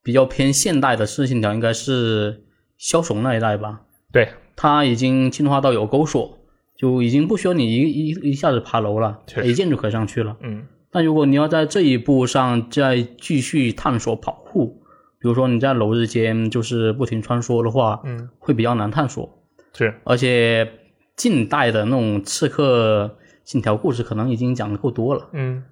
比较偏现代的刺客信条，应该是枭雄那一代吧，对，它已经进化到有钩索，就已经不需要你一一一下子爬楼了确，实一键就可以上去了。嗯，但如果你要在这一步上再继续探索跑酷，比如说你在楼之间就是不停穿梭的话，嗯，会比较难探索。是而且近代的那种刺客信条故事可能已经讲的够多了。嗯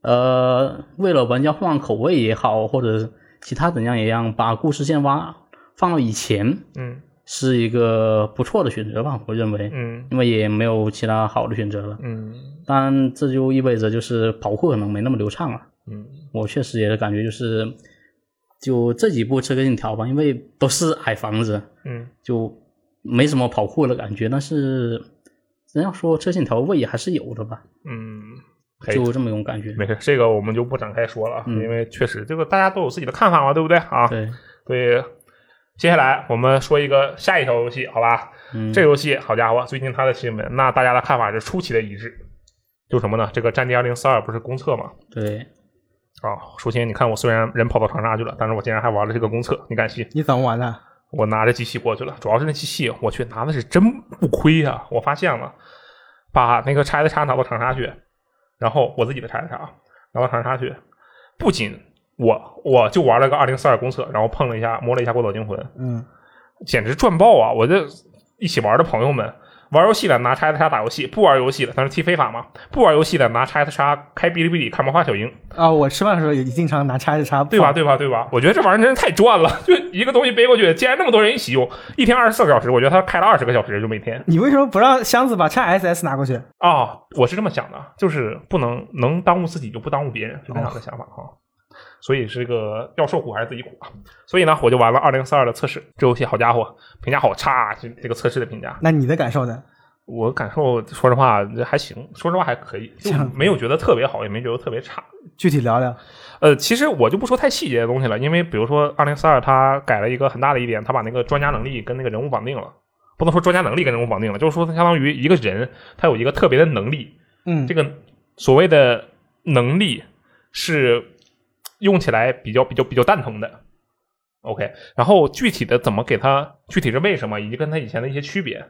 呃，为了玩家换口味也好，或者其他怎样也样，把故事线挖放到以前嗯是一个不错的选择吧，我认为，嗯因为也没有其他好的选择了。嗯当然，这就意味着就是跑酷可能没那么流畅了。嗯，我确实也是感觉就是，就这几部刺客信条吧，因为都是矮房子，嗯，就没什么跑酷的感觉。但是真要说刺客信条味也还是有的吧，嗯，可以就这么一种感觉。没事，这个我们就不展开说了啊，嗯因为确实这个大家都有自己的看法嘛，对不对啊？对，所以接下来我们说一个下一条游戏，好吧？嗯，这游戏好家伙，最近它的新闻，那大家的看法是出奇的一致。就什么呢？这个《战地2042》不是公测嘛？对，啊，首先你看，我虽然人跑到长沙去了，但是我竟然还玩了这个公测，你敢信？你怎么玩的？我拿着机器过去了，主要是那机器，我去拿的是真不亏呀、我发现了，把那个拆的叉拿到长沙去，然后我自己的拆的叉拿到长沙去，不仅我我就玩了个二零四二公测，然后碰了一下，摸了一下《孤岛惊魂》，嗯，简直赚爆啊！我这一起玩的朋友们，玩游戏的拿拆的叉打游戏，不玩游戏的，但是踢非法嘛，不玩游戏的拿拆的叉开哔哩哔哩看《魔法小樱》，啊，我吃饭的时候也经常拿叉子叉，对吧？？对吧？对吧？我觉得这玩意儿真是太赚了，就一个东西背过去，既然那么多人一起用，一天二十四个小时，我觉得他开了二十个小时，就每天你为什么不让箱子把叉 SS 拿过去？啊、我是这么想的，就是不能能耽误自己就不耽误别人，是这样的想法哈。所以是个要受苦还是自己苦啊？所以呢，我就玩了二零四二的测试，这游戏好家伙，评价好差啊！这这个测试的评价，那你的感受呢？我感受说实话还行，说实话还可以，就这样没有觉得特别好，也没觉得特别差。具体聊聊。呃，其实我就不说太细节的东西了，因为比如说二零四二，它改了一个很大的一点，它把那个专家能力跟那个人物绑定了，不能说专家能力跟人物绑定了，就是说它相当于一个人他有一个特别的能力，嗯这，个所谓的能力是用起来比较比较比较蛋疼的。OK，然后具体的怎么给他，具体是为什么，以及跟他以前的一些区别，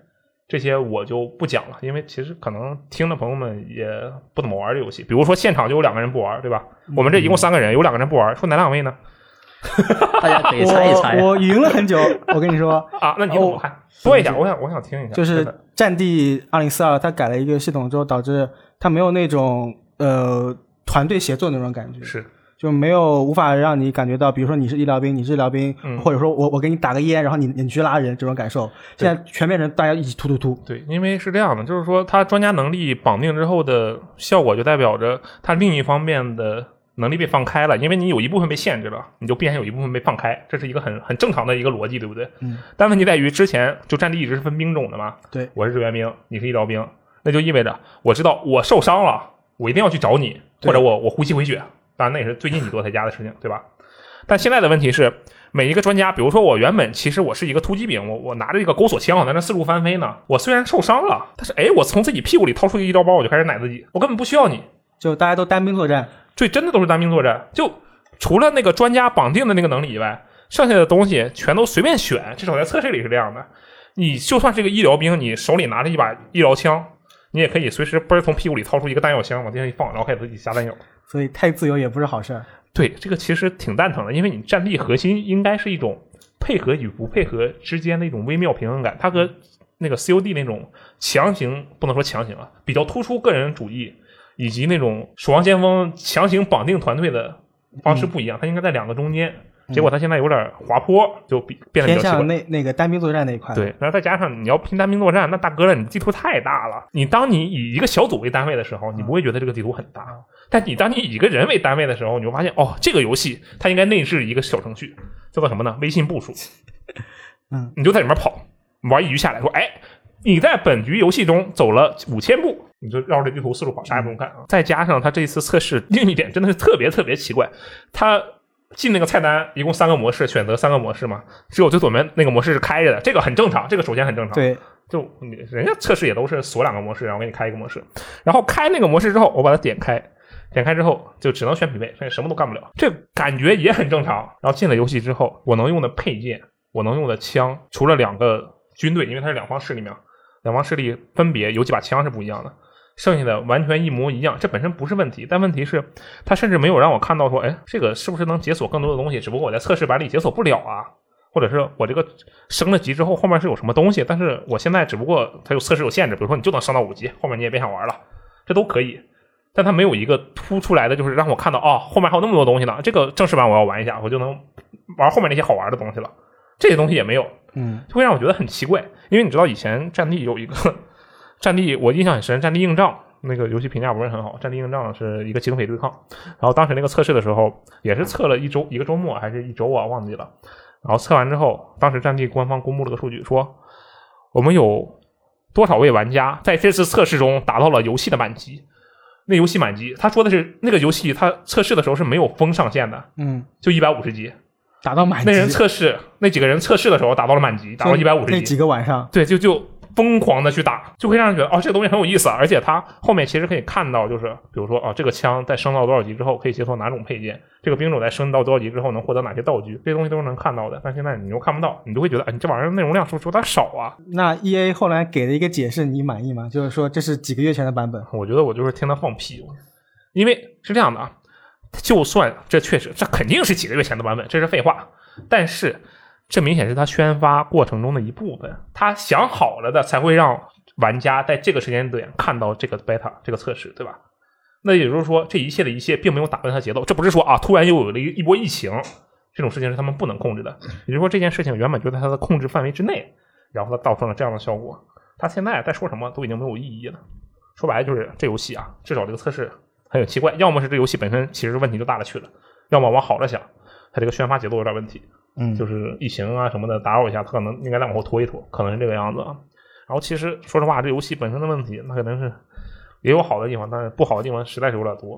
这些我就不讲了，因为其实可能听的朋友们也不怎么玩这游戏。比如说现场就有两个人不玩，对吧？嗯我们这一共三个人，有两个人不玩，说哪两位呢？大家可以我猜一猜。啊我匀 了很久。我跟你说，啊，那你怎么看？说一下，我想我想听一下。哦就真是的《战地二零四二》，它改了一个系统之后，导致它没有那种呃团队协作的那种感觉，是就没有无法让你感觉到，比如说你是医疗兵，你是医疗兵，嗯或者说我我给你打个烟，然后你你去拉人这种感受。对现在全变成大家一起突突突，对，因为是这样的，就是说他专家能力绑定之后的效果，就代表着他另一方面的能力被放开了，因为你有一部分被限制了，你就必然有一部分被放开，这是一个很很正常的一个逻辑，对不对？嗯。但问题在于，之前就战地一直是分兵种的嘛，对，我是志愿兵，你是医疗兵，那就意味着我知道我受伤了，我一定要去找你，对或者我我呼吸回血，当然那也是最近几多才加的事情，对吧？但现在的问题是，每一个专家，比如说我原本其实我是一个突击兵，我我拿着一个钩锁枪，我在那四处翻飞呢。我虽然受伤了，但是哎，我从自己屁股里掏出一个医疗包，我就开始奶自己，我根本不需要你。就大家都单兵作战。这真的都是单兵作战，就除了那个专家绑定的那个能力以外，剩下的东西全都随便选。至少在测试里是这样的。你就算是个医疗兵，你手里拿着一把医疗枪，你也可以随时嘣儿从屁股里掏出一个弹药箱，往地上一放，然后开始自己下弹药。所以太自由也不是好事儿。对，这个其实挺蛋疼的，因为你战力核心应该是一种配合与不配合之间的一种微妙平衡感，它嗯和那个 COD 那种强行不能说强行啊，比较突出个人主义以及那种守望先锋强行绑定团队的方嗯式不一样，它应该在两个中间。结果它现在有点滑坡，就比变得比偏较奇怪向。那那个单兵作战那一块。，对，然后再加上你要拼单兵作战，那大哥了，你地图太大了。你当你以一个小组为单位的时候，你不会觉得这个地图很大；但你当你以一个人为单位的时候，你会发现，哦，这个游戏它应该内置一个小程序，叫做什么呢？微信步数。嗯，你就在里面跑，玩一局下来说，哎，你在本局游戏中走了五千步，你就绕着地图四处跑，啥也不用干啊。再加上它这一次测试另一点真的是特别特别奇怪，它进那个菜单一共三个模式，选择三个模式嘛，只有最左边那个模式是开着的，这个很正常，这个首先很正常。，对，就你人家测试也都是锁两个模式，然后给你开一个模式，然后开那个模式之后，我把它点开。点开之后就只能选匹配，所以什么都干不了，这感觉也很正常。然后进了游戏之后，我能用的配件，我能用的枪，除了两个军队，因为它是两方势力嘛，两方势力分别有几把枪是不一样的，剩下的完全一模一样。这本身不是问题，但问题是它甚至没有让我看到说，哎，这个是不是能解锁更多的东西？只不过我在测试版里解锁不了啊，或者是我这个升了级之后后面是有什么东西？但是我现在只不过它有测试有限制，比如说你就能升到五级，后面你也别想玩了，这都可以。但它没有一个突出来的，就是让我看到哦，后面还有那么多东西呢。这个正式版我要玩一下，我就能玩后面那些好玩的东西了。这些东西也没有，嗯，就会让我觉得很奇怪，因为你知道以前战地有一个战地，我印象很深，战地硬仗那个游戏评价不是很好，战地硬仗是一个警匪对抗，然后当时那个测试的时候也是测了一周一个周末还是一周啊忘记了，然后测完之后，当时战地官方公布了个数据说，我们有多少位玩家在这次测试中达到了游戏的满级。那游戏满级，他说的是那个游戏，他测试的时候是没有封上限的，嗯，就一百五十级。打到满级。那人测试，那几个人测试的时候达到了满级，达到一百五十级。那几个晚上，对，就就疯狂的去打，就会让人觉得哦，这个东西很有意思啊。而且它后面其实可以看到，就是比如说啊，这个枪在升到多少级之后可以解锁哪种配件，这个兵种在升到多少级之后能获得哪些道具，这些东西都是能看到的。但现在你又看不到，你就会觉得，哎，你这玩意儿内容量是不是有点少啊？那 E A 后来给的一个解释，你满意吗？就是说这是几个月前的版本，我觉得我就是听他放屁，因为是这样的啊，就算这确实这肯定是几个月前的版本，这是废话，但是这明显是他宣发过程中的一部分，他想好了的才会让玩家在这个时间点看到这个 beta 这个测试，对吧？那也就是说，这一切的一切并没有打乱他节奏，这不是说啊，突然又有了一一波疫情，这种事情是他们不能控制的。也就是说，这件事情原本就在他的控制范围之内，然后他造成了这样的效果。他现在在说什么都已经没有意义了。说白了就是这游戏啊，至少这个测试很有奇怪，要么是这游戏本身其实问题就大了去了，要么往好了想，它这个宣发节奏有点问题。嗯就是疫情啊什么的打扰一下，它可能应该再往后拖一拖，可能是这个样子啊。然后其实说实话，这游戏本身的问题，那可能是也有好的地方，但是不好的地方实在是有点多。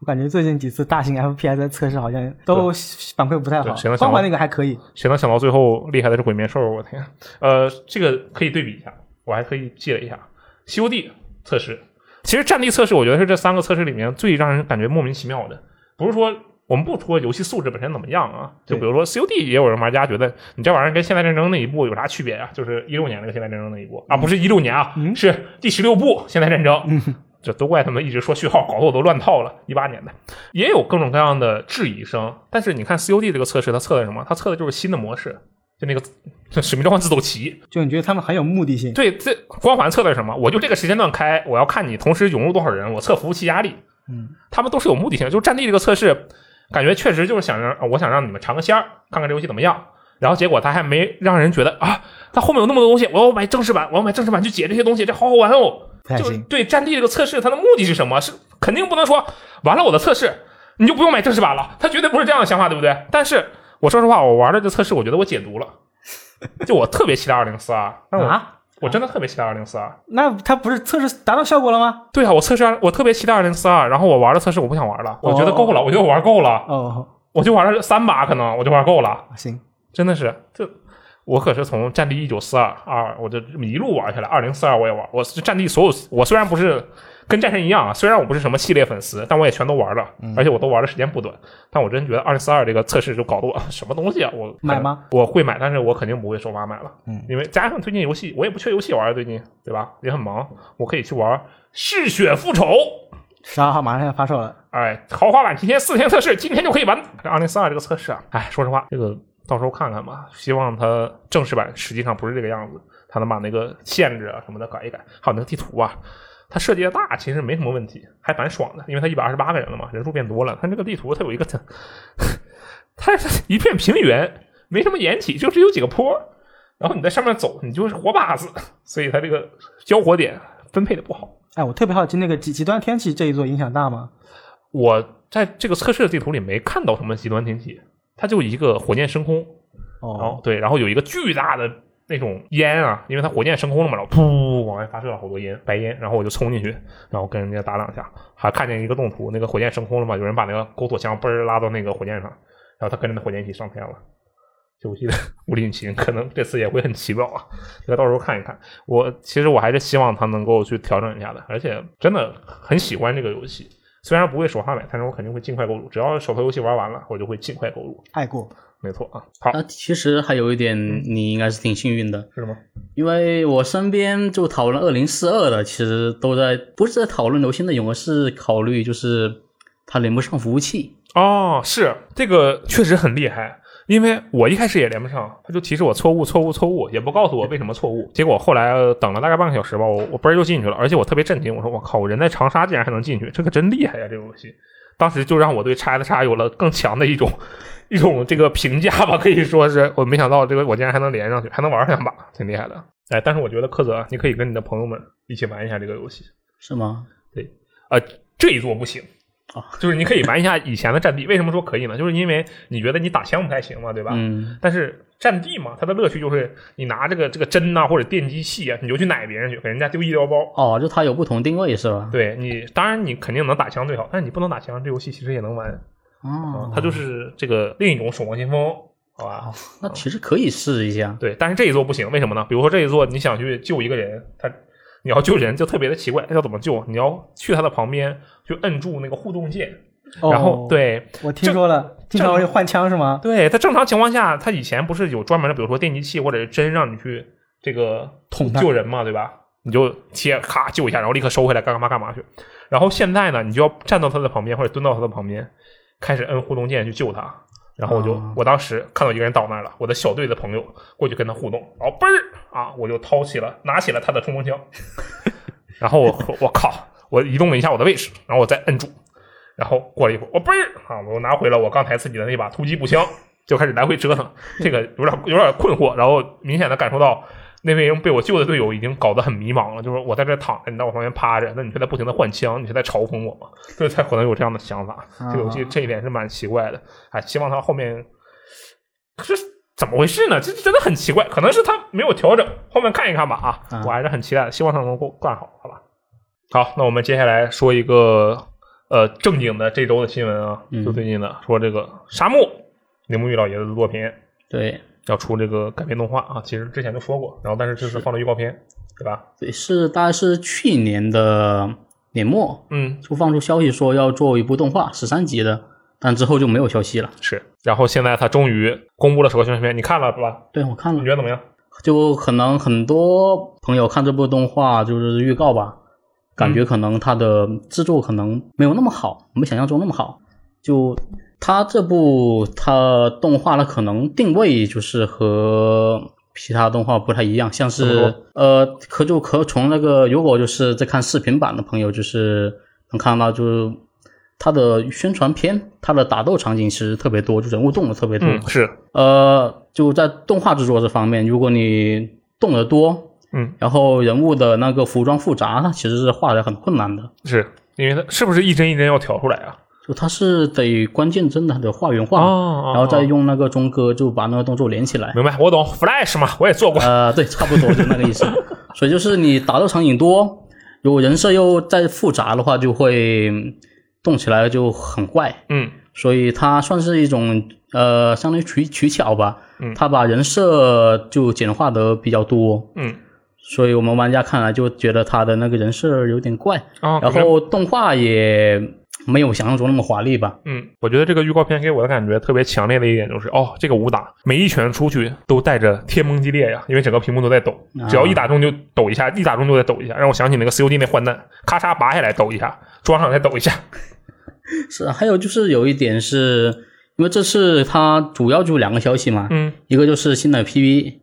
我感觉最近几次大型 F P S 的测试好像都反馈不太好对谁能，想到光环那个还可以，谁能想到最后厉害的是鬼面兽？我天！呃，这个可以对比一下，我还可以记了一下。COD 测试，其实战地测试，我觉得是这三个测试里面最让人感觉莫名其妙的。不是说我们不说游戏素质本身怎么样啊，就对比如说 COD 也有人玩家觉得你这玩意儿跟现代战争那一部有啥区别啊？就是一六年那个现代战争那一部啊，不是一六年啊，是第十六部现代战争。这都怪他们一直说序号，搞得我都乱套了。一八年的也有各种各样的质疑声，但是你看 COD 这个测试，它测的什么？它测的就是新的模式，就那个 《使命召唤：自走棋》。就你觉得他们很有目的性，对，这光环测的是什么？我就这个时间段开，我要看你同时涌入多少人，我测服务器压力。嗯，他们都是有目的性的。就战地这个测试，感觉确实就是想让呃我想让你们尝个鲜儿，看看这游戏怎么样。然后结果他还没让人觉得啊，他后面有那么多东西，我要买正式版，我要买正式版去解这些东西，这好好玩哦。不太就行。对战地这个测试，它的目的是什么？是肯定不能说完了我的测试，你就不用买正式版了。它绝对不是这样的想法，对不对？但是我说实话，我玩的这测试，我觉得我解读了，就我特别期待二零四二啊，啊，我真的特别期待二零四二。那他不是测试达到效果了吗？对啊，我测试二，我特别期待二零四二，然后我玩的测试我不想玩了，我觉得够了，我觉得我玩够了，哦，我就玩了三把，可能我就玩够了。行，真的是，这我可是从《战地一九四二二》，我就这么一路玩下来，二零四二我也玩，我是《战地》所有，我虽然不是跟战神一样啊，虽然我不是什么系列粉丝，但我也全都玩了，嗯而且我都玩的时间不短。但我真觉得二零四二这个测试就搞得我 什么东西啊，我买吗？我会买，但是我肯定不会首发买了，嗯因为加上最近游戏我也不缺游戏玩，啊最近对吧？也很忙，我可以去玩《嗜血复仇》。十二号马上要发售了，哎，豪华版提前四天测试，今天就可以完。这二零四二这个测试啊，哎，说实话，这个到时候看看吧。希望它正式版实际上不是这个样子，它能把那个限制啊什么的改一改，还有那个地图啊。它设计的大，其实没什么问题，还蛮爽的，因为它一百二十八个人了嘛，人数变多了。它这个地图它有一个， 它它是一片平原，没什么掩体，就是有几个坡，然后你在上面走，你就是活靶子，所以它这个交火点分配的不好。哎，我特别好奇那个极极端天气这一座影响大吗？我在这个测试的地图里没看到什么极端天气，它就一个火箭升空，然后哦，对，然后有一个巨大的那种烟啊，因为它火箭升空了嘛，然后噗往外发射了好多烟，白烟，然后我就冲进去，然后跟人家打两下，还看见一个动图，那个火箭升空了嘛，有人把那个钩索枪嘣儿拉到那个火箭上，然后他跟着那火箭一起上天了。就我记得 无力引擎可能这次也会很奇妙啊，这个到时候看一看。我其实我还是希望它能够去调整一下的，而且真的很喜欢这个游戏。虽然不会首发买，但是我肯定会尽快购入。只要手头游戏玩完了，我就会尽快购入。爱过，没错啊，好啊，其实还有一点，你应该是挺幸运的，是吗？因为我身边就讨论二零四二的，其实都在不是在讨论流行内容，而是考虑就是它连不上服务器。哦，是这个确实很厉害，因为我一开始也连不上，他就提示我错误、错误、错误，也不告诉我为什么错误。结果后来、呃等了大概半个小时吧，我我嘣儿就进去了，而且我特别震惊，我说我靠，我人在长沙竟然还能进去，这个真厉害呀、这个游戏。当时就让我对叉 S 叉有了更强的一种一种这个评价吧，可以说是我没想到这个我竟然还能连上去，还能玩两把，挺厉害的。哎，但是我觉得柯泽，你可以跟你的朋友们一起玩一下这个游戏。是吗？呃，这一座不行啊，就是你可以玩一下以前的战地。为什么说可以呢？就是因为你觉得你打枪不太行嘛，对吧？嗯，但是战地嘛，它的乐趣就是你拿这个这个针呐、或者电击器啊，你就去奶别人去，给人家丢医疗包。哦，就它有不同定位是吧？对你，当然你肯定能打枪最好，但是你不能打枪，这游戏其实也能玩。哦，它就是这个另一种守望先锋，好吧？那其实可以试一下。对，但是这一座不行，为什么呢？比如说这一座，你想去救一个人，他你要救人就特别的奇怪，要怎么救？你要去他的旁边去摁住那个互动键，然后哦，对，我听说了，经常会换枪是吗？对，在正常情况下，他以前不是有专门的，比如说电击器或者是针让你去这个捅他救人嘛，对吧？你就切咔救一下，然后立刻收回来，干嘛干嘛去。然后现在呢，你就要站到他的旁边或者蹲到他的旁边，开始摁互动键去救他。然后我就，啊我当时看到一个人倒那儿了，我的小队的朋友过去跟他互动，然后嘣儿啊，我就掏起了拿起了他的冲锋枪， 然后我我靠，我移动了一下我的位置，然后我再摁住，然后过了一会儿，我嘣儿啊，我又拿回了我刚才自己的那把突击步枪，就开始来回折腾，这个有点有点困惑，然后明显的感受到那位被我救的队友已经搞得很迷茫了，就是我在这躺着，你在我旁边趴着，那你是在不停的换枪，你是在嘲讽我吗？所以才可能有这样的想法。这个游戏啊这一点是蛮奇怪的，哎，希望它后面可是怎么回事呢？这这真的很奇怪，可能是它没有调整，后面看一看吧啊啊，我还是很期待的，希望它能够干好，好吧？好，那我们接下来说一个呃正经的这周的新闻啊，嗯就最近的说这个沙漠铃木玉老爷子的作品对，要出这个改编动画啊，其实之前就说过，然后但是这次放了预告片，对吧？对，是大概是去年的年末嗯，就放出消息说要做一部动画，十三集的，但之后就没有消息了。是。然后现在他终于公布了首个宣传片，你看了是吧？对我看你了觉，得怎么样？就可能很多朋友看这部动画就是预告吧，感觉可能它的制作可能没有那么好，没想象中那么好。就它这部它动画，它可能定位就是和其他动画不太一样，像怎么是说呃，可就可从那个如果就是在看视频版的朋友，就是能看到就是。它的宣传片，它的打斗场景其实特别多，就人物动的特别多。嗯，是，呃，就在动画制作这方面，如果你动得多，嗯，然后人物的那个服装复杂，它其实是画的很困难的。是因为它是不是一帧一帧要调出来啊？就它是得关键帧的，它得画原画，哦然后再用那个中歌就把那个动作连起来。明白，我懂，Flash 嘛，我也做过。呃，对，差不多就那个意思。所以就是你打斗场景多，如果人设又再复杂的话，就会嗯动起来就很怪。嗯所以它算是一种呃，相当于取取巧吧。嗯它把人设就简化的比较多，嗯，所以我们玩家看来就觉得它的那个人设有点怪，啊，然可是后动画也没有想象中那么华丽吧。嗯，我觉得这个预告片给我的感觉特别强烈的一点就是，哦，这个武打每一拳出去都带着天崩地裂呀，因为整个屏幕都在抖，啊只要一打中就抖一下，一打中就在抖一下，让我想起那个 COD 那换弹，咔嚓拔下来抖一下，装上再抖一下。是，还有就是有一点是因为这次它主要就两个消息嘛，嗯一个就是新的 PV，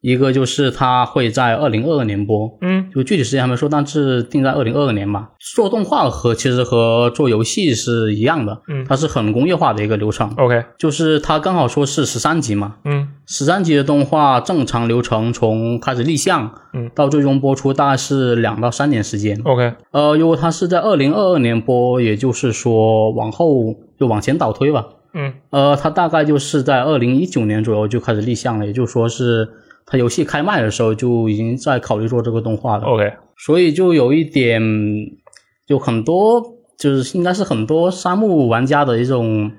一个就是它会在二零二二年播。嗯就具体时间还没说，但是定在二零二二年嘛。做动画和其实和做游戏是一样的，嗯它是很工业化的一个流程。 ，OK，就是它刚好说是十三集嘛，嗯十三集的动画正常流程从开始立项，嗯哦到最终播出大概是两到三年时间。 ，OK，呃，如果它是在二零二二年播，也就是说往后就往前倒推吧。嗯呃，它大概就是在二零一九年左右就开始立项了，也就是说是它游戏开卖的时候就已经在考虑做这个动画了。 ，OK，所以就有一点，有很多就是应该是很多沙漠玩家的一种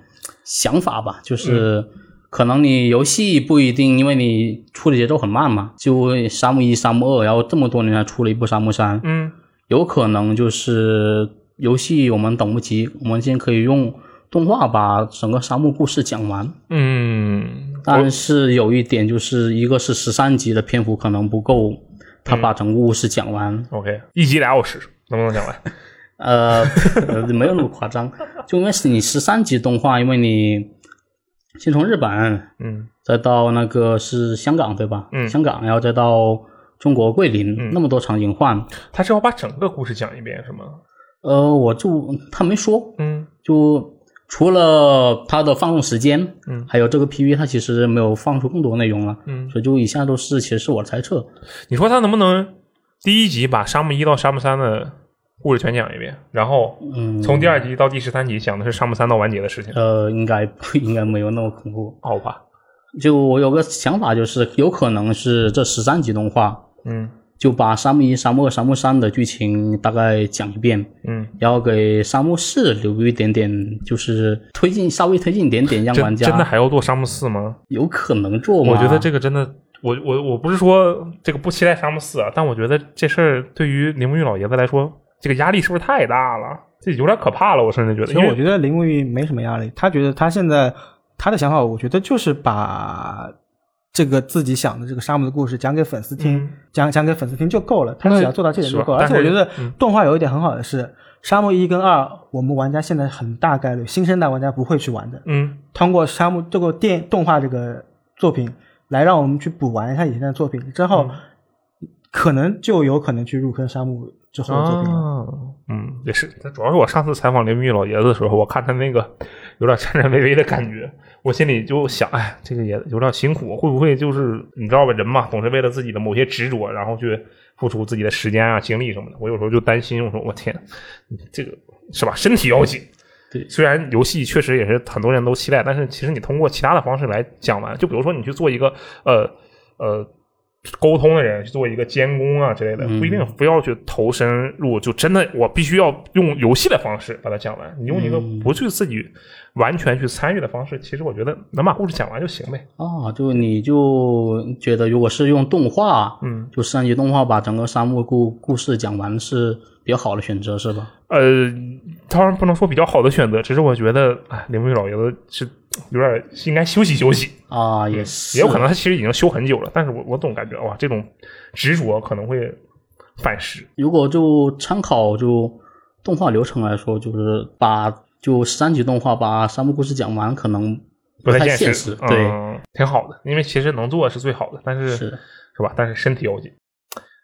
想法吧，就是可能你游戏不一定，因为你出的节奏很慢嘛，就沙漠一、沙漠二，然后这么多年才出了一部沙漠三，嗯有可能就是游戏我们等不及，我们先可以用动画把整个沙漠故事讲完。嗯，但是有一点就是一个是十三集的篇幅可能不够，他把整个故事讲完。我 OK，一集俩小时，能不能讲完？呃， 呃没有那么夸张，就因为是你十三集动画，因为你先从日本，嗯再到那个是香港对吧？嗯香港，然后再到中国桂林，嗯那么多场景换。他是要把整个故事讲一遍是吗？呃，我就他没说，嗯就除了它的放送时间，嗯还有这个 PV，它其实没有放出更多内容了，嗯，所以就以下都是其实是我猜测，你说他能不能第一集把沙漠一到沙漠三的故事全讲一遍，然后嗯，从第二集到第十三集讲的是沙漠三到完结的事嗯情？呃，应该应该没有那么恐怖。好吧，就我有个想法，就是有可能是这十三集动画，嗯就把沙漠一、沙漠二、沙漠三的剧情大概讲一遍，嗯，然后给沙漠四留一点点，就是推进稍微推进一点点，让真玩家真的还要做沙漠四吗？有可能做吗？我觉得这个真的，我我我不是说这个不期待沙漠四啊，但我觉得这事儿对于铃木玉老爷子来说，这个压力是不是太大了？这有点可怕了，我甚至觉得。其实我觉得林沐玉没什么压力，他觉得他现在他的想法，我觉得就是把这个自己想的这个沙漠的故事讲给粉丝听，嗯讲讲给粉丝听就够了，他那只要做到这点就是吧够了。而但是且我觉得嗯动画有一点很好的是，沙漠一跟二，我们玩家现在很大概率新生代玩家不会去玩的，嗯，通过沙漠这个电动画这个作品来让我们去补完一下以前的作品之嗯后，可能就有可能去入坑沙漠之后的作品了。啊，嗯，也是。但主要是我上次采访林玉老爷子的时候，我看他那个有点颤颤巍巍的感觉，我心里就想，哎，这个也有点辛苦，会不会就是你知道吧，人嘛，总是为了自己的某些执着，然后去付出自己的时间啊、精力什么的。我有时候就担心，我说我天，这个是吧？身体要紧。对虽然游戏确实也是很多人都期待，但是其实你通过其他的方式来讲完，就比如说你去做一个呃呃沟通的人，去做一个监工啊之类的，嗯不一定不要去投身入，就真的我必须要用游戏的方式把它讲完。你用一个嗯不去自己完全去参与的方式，其实我觉得能把故事讲完就行呗。啊，就你就觉得如果是用动画，嗯，就三级动画把整个沙漠故故事讲完是比较好的选择，是吧？呃，当然不能说比较好的选择，只是我觉得哎，林木玉老爷子是有点应该休息休息。啊，也嗯是，也有可能他其实已经修很久了，但是我我总感觉哇，这种执着可能会反噬。如果就参考就动画流程来说，就是把就三级动画把三部故事讲完，可能不太现现实，对，嗯，挺好的，因为其实能做是最好的，但是是吧？但是身体要紧。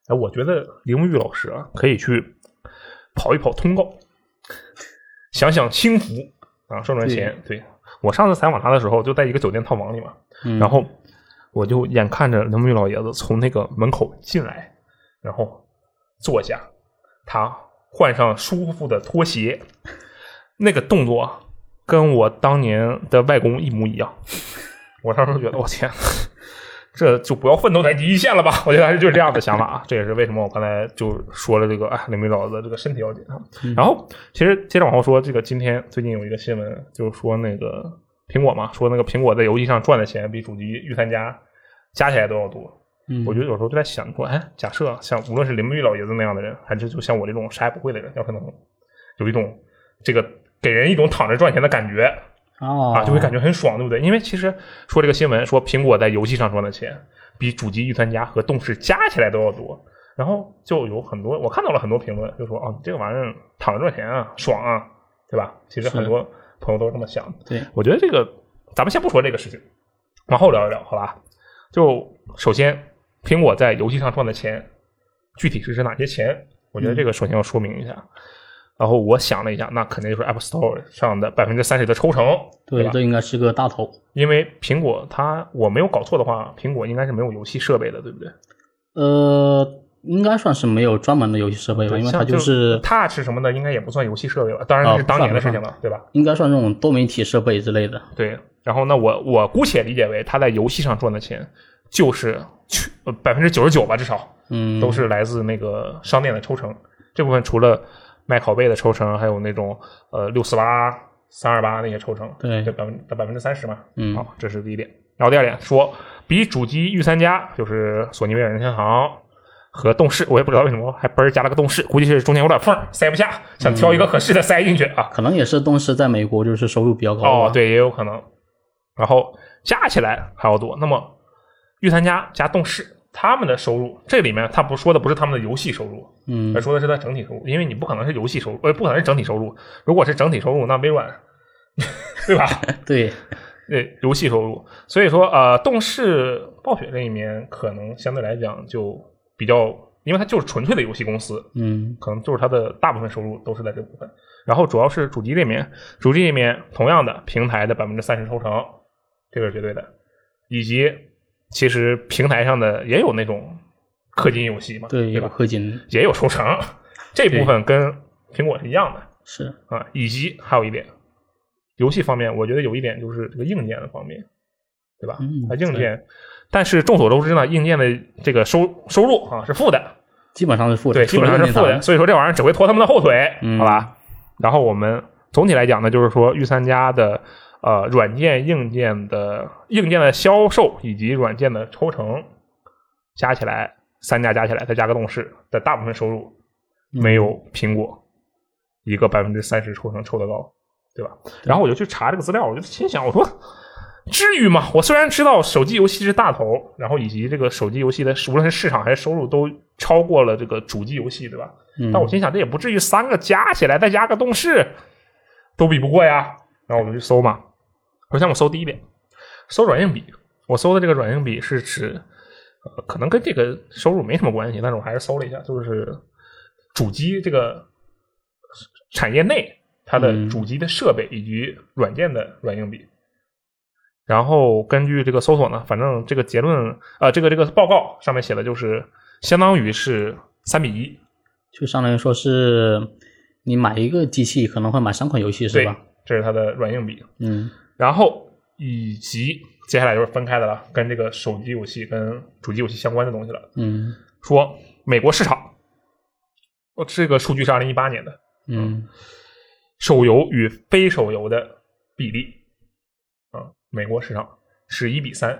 哎，我觉得林沐玉老师啊，可以去跑一跑通告，享享清福啊，赚赚钱。对我上次采访他的时候，就在一个酒店套房里嘛，嗯然后我就眼看着林沐玉老爷子从那个门口进来，然后坐下，他换上舒服的拖鞋，那个动作跟我当年的外公一模一样。我当时觉得，我天，这就不要奋斗在第一线了吧？我觉得还是就是这样的想法啊。这也是为什么我刚才就说了这个啊，哎林明老子这个身体要紧啊。然后其实接着往后说，这个今天最近有一个新闻，就是说那个苹果嘛，说那个苹果在游戏上赚的钱比主机御三家加起来都要多。嗯我觉得有时候就在想说，哎，假设像无论是林木玉老爷子那样的人，还是就像我这种啥也不会的人，要是能有一种这个给人一种躺着赚钱的感觉，啊啊，就会感觉很爽，对不对？因为其实说这个新闻说苹果在游戏上赚的钱比主机御三家和动视加起来都要多，然后就有很多我看到了很多评论，就说哦，这个玩意儿躺着赚钱啊，爽啊，对吧？其实是很多朋友都是这么想的。对，我觉得这个咱们先不说这个事情，往后聊一聊，好吧？就首先苹果在游戏上赚的钱具体是指哪些钱？我觉得这嗯个首先要说明一下。然后我想了一下，那肯定就是 App Store 上的百分之三十的抽成，对对吧，这应该是个大头。因为苹果它，我没有搞错的话，苹果应该是没有游戏设备的，对不对？呃，应该算是没有专门的游戏设备吧，因为它像就是 Touch 什么的，应该也不算游戏设备吧？当然啊那是当年的不事算情了，对吧？应该算这种多媒体设备之类的。对。然后那我我姑且理解为它在游戏上赚的钱，就是去呃百分之九十九吧，至少嗯，都是来自那个商店的抽成。这部分除了卖拷贝的抽成，还有那种呃六四八、三二八那些抽成，对就百分百分之三十嘛。嗯好，这是第一点。然后第二点说，比主机御三家，就是索尼、微软、任天堂和动视，我也不知道为什么还嘣儿加了个动视，估计是中间有点缝儿塞不下，想挑嗯一个合适的塞进去啊。可能也是东视在美国就是收入比较高吧哦，，对，也有可能。然后加起来还要多。那么御三家加动视他们的收入，这里面他不说的不是他们的游戏收入，嗯而，说的是它整体收入，因为你不可能是游戏收入，呃，不可能是整体收入。如果是整体收入，那微软，对吧？对，对，游戏收入。所以说，呃，动视暴雪这一面可能相对来讲就比较，因为它就是纯粹的游戏公司，嗯可能就是它的大部分收入都是在这部分。然后主要是主机这面，主机这面同样的平台的百分之三十抽成，这个是绝对的，以及其实平台上的也有那种氪金游戏嘛，对，对有吧？氪金也有抽成，这部分跟苹果是一样的是啊。以及还有一点，游戏方面，我觉得有一点就是这个硬件的方面，对吧？嗯它硬件，但是众所周知呢，硬件的这个收收入啊是负的，基本上是负的，对，基本上是负除了任的，天堂。所以说这玩意儿只会拖他们的后腿，嗯好吧？然后我们总体来讲呢，就是说御三家的呃软件、硬件的硬件的销售以及软件的抽成加起来，三家加起来再加个动视的大部分收入没有苹果一个百分之三十抽成抽得高，对吧？然后我就去查这个资料，我就心想，我说。至于吗？我虽然知道手机游戏是大头，然后以及这个手机游戏的无论是市场还是收入都超过了这个主机游戏，对吧？嗯但我心想，这也不至于三个加起来再加个动视都比不过呀。然后我就去搜嘛，首先我搜第一点，搜软硬比。我搜的这个软硬比是指，呃，可能跟这个收入没什么关系，但是我还是搜了一下，就是主机这个产业内它的嗯主机的设备以及软件的软硬比。然后根据这个搜索呢，反正这个结论，呃，这个这个报告上面写的就是相当于是三比一，就相当于说是你买一个机器可能会买三款游戏是对吧？？这是它的软硬比。嗯然后以及接下来就是分开的了，跟这个手机游戏跟主机游戏相关的东西了。嗯说美国市场，哦，这个数据是二零一八年的嗯手游与非手游的比例啊，美国市场是一比三。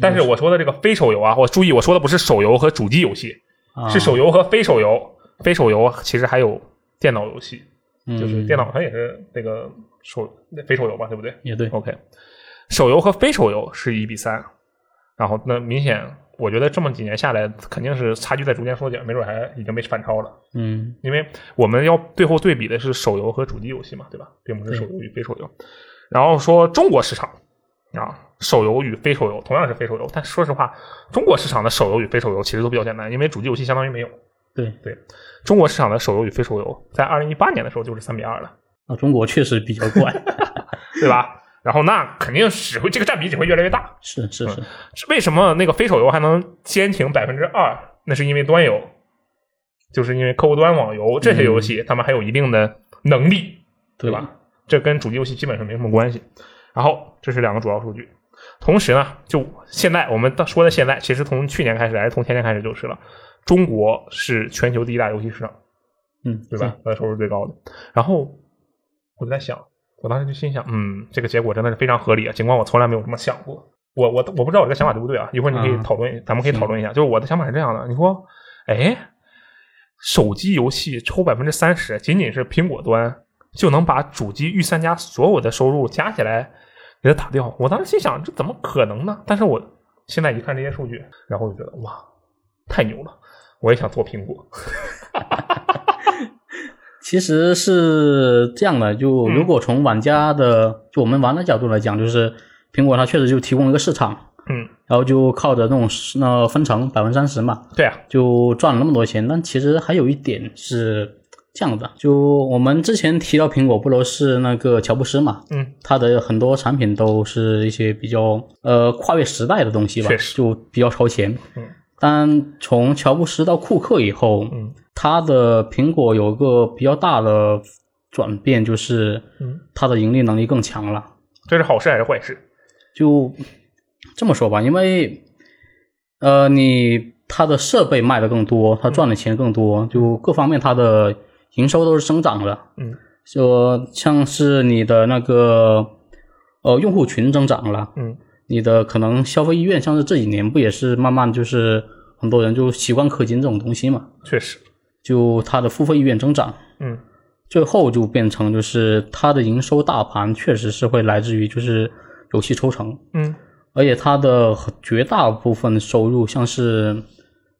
但是我说的这个非手游啊，我注意我说的不是手游和主机游戏，啊，是手游和非手游。非手游其实还有电脑游戏，嗯就是电脑它也是那个手那非手游吧，对不对？也对， OK，手游和非手游是一比三，然后那明显，我觉得这么几年下来，肯定是差距在逐渐缩减，没准还已经被反超了。嗯因为我们要最后对比的是手游和主机游戏嘛，对吧？并不是手游与非手游。然后说中国市场啊，手游与非手游同样是非手游，但说实话，中国市场的手游与非手游其实都比较简单，因为主机游戏相当于没有。对对，中国市场的手游与非手游在二零一八年的时候就是三比二了。啊，中国确实比较 怪，对吧？然后那肯定只会这个占比只会越来越大。是是嗯是，为什么那个非手游还能坚挺百分之二？那是因为端游，就是因为客户端网游这些游戏，他们还有一定的能力，对对吧？？这跟主机游戏基本上没什么关系。然后这是两个主要数据。同时呢，就现在我们到说的现在，其实从去年开始还是从前年开始就是了。中国是全球第一大游戏市场，嗯，对吧？它的收入是最高的。然后我就在想，我当时就心想，嗯，这个结果真的是非常合理啊，尽管我从来没有这么想过。我我我不知道我这个想法对不对啊？一会儿你可以嗯讨论，咱们可以讨论一下。就是我的想法是这样的，你说，哎，手机游戏抽百分之三十，仅仅是苹果端就能把主机御三家所有的收入加起来给它打掉。我当时心想，这怎么可能呢？但是我现在一看这些数据，然后我就觉得哇，太牛了！我也想做苹果。其实是这样的，就嗯如果从玩家的、就我们玩的角度来讲，就是苹果它确实就提供了一个市场，嗯，然后就靠着那种那分成百分之三十嘛，对啊，就赚了那么多钱。但其实还有一点是这样的，啊就我们之前提到苹果，不都是那个乔布斯嘛？嗯，他的很多产品都是一些比较呃跨越时代的东西吧确，实就比较超前。嗯，但从乔布斯到库克以后，嗯，他的苹果有个比较大的转变，就是嗯它的盈利能力更强了。这是好事还是坏事？就这么说吧，因为呃，你它的设备卖的更多，它赚的钱更多，就各方面它的营收都是增长的。嗯，就像是你的那个呃用户群增长了，嗯你的可能消费意愿，像是这几年不也是慢慢就是很多人就习惯氪金这种东西嘛，，确实，就它的付费意愿增长。嗯最后就变成就是它的营收大盘确实是会来自于就是游戏抽成，嗯而且它的绝大部分收入，像是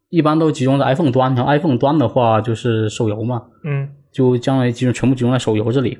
一般都集中在 iPhone 端，然后 iPhone 端的话就是手游嘛，嗯就将来集中全部集中在手游这里。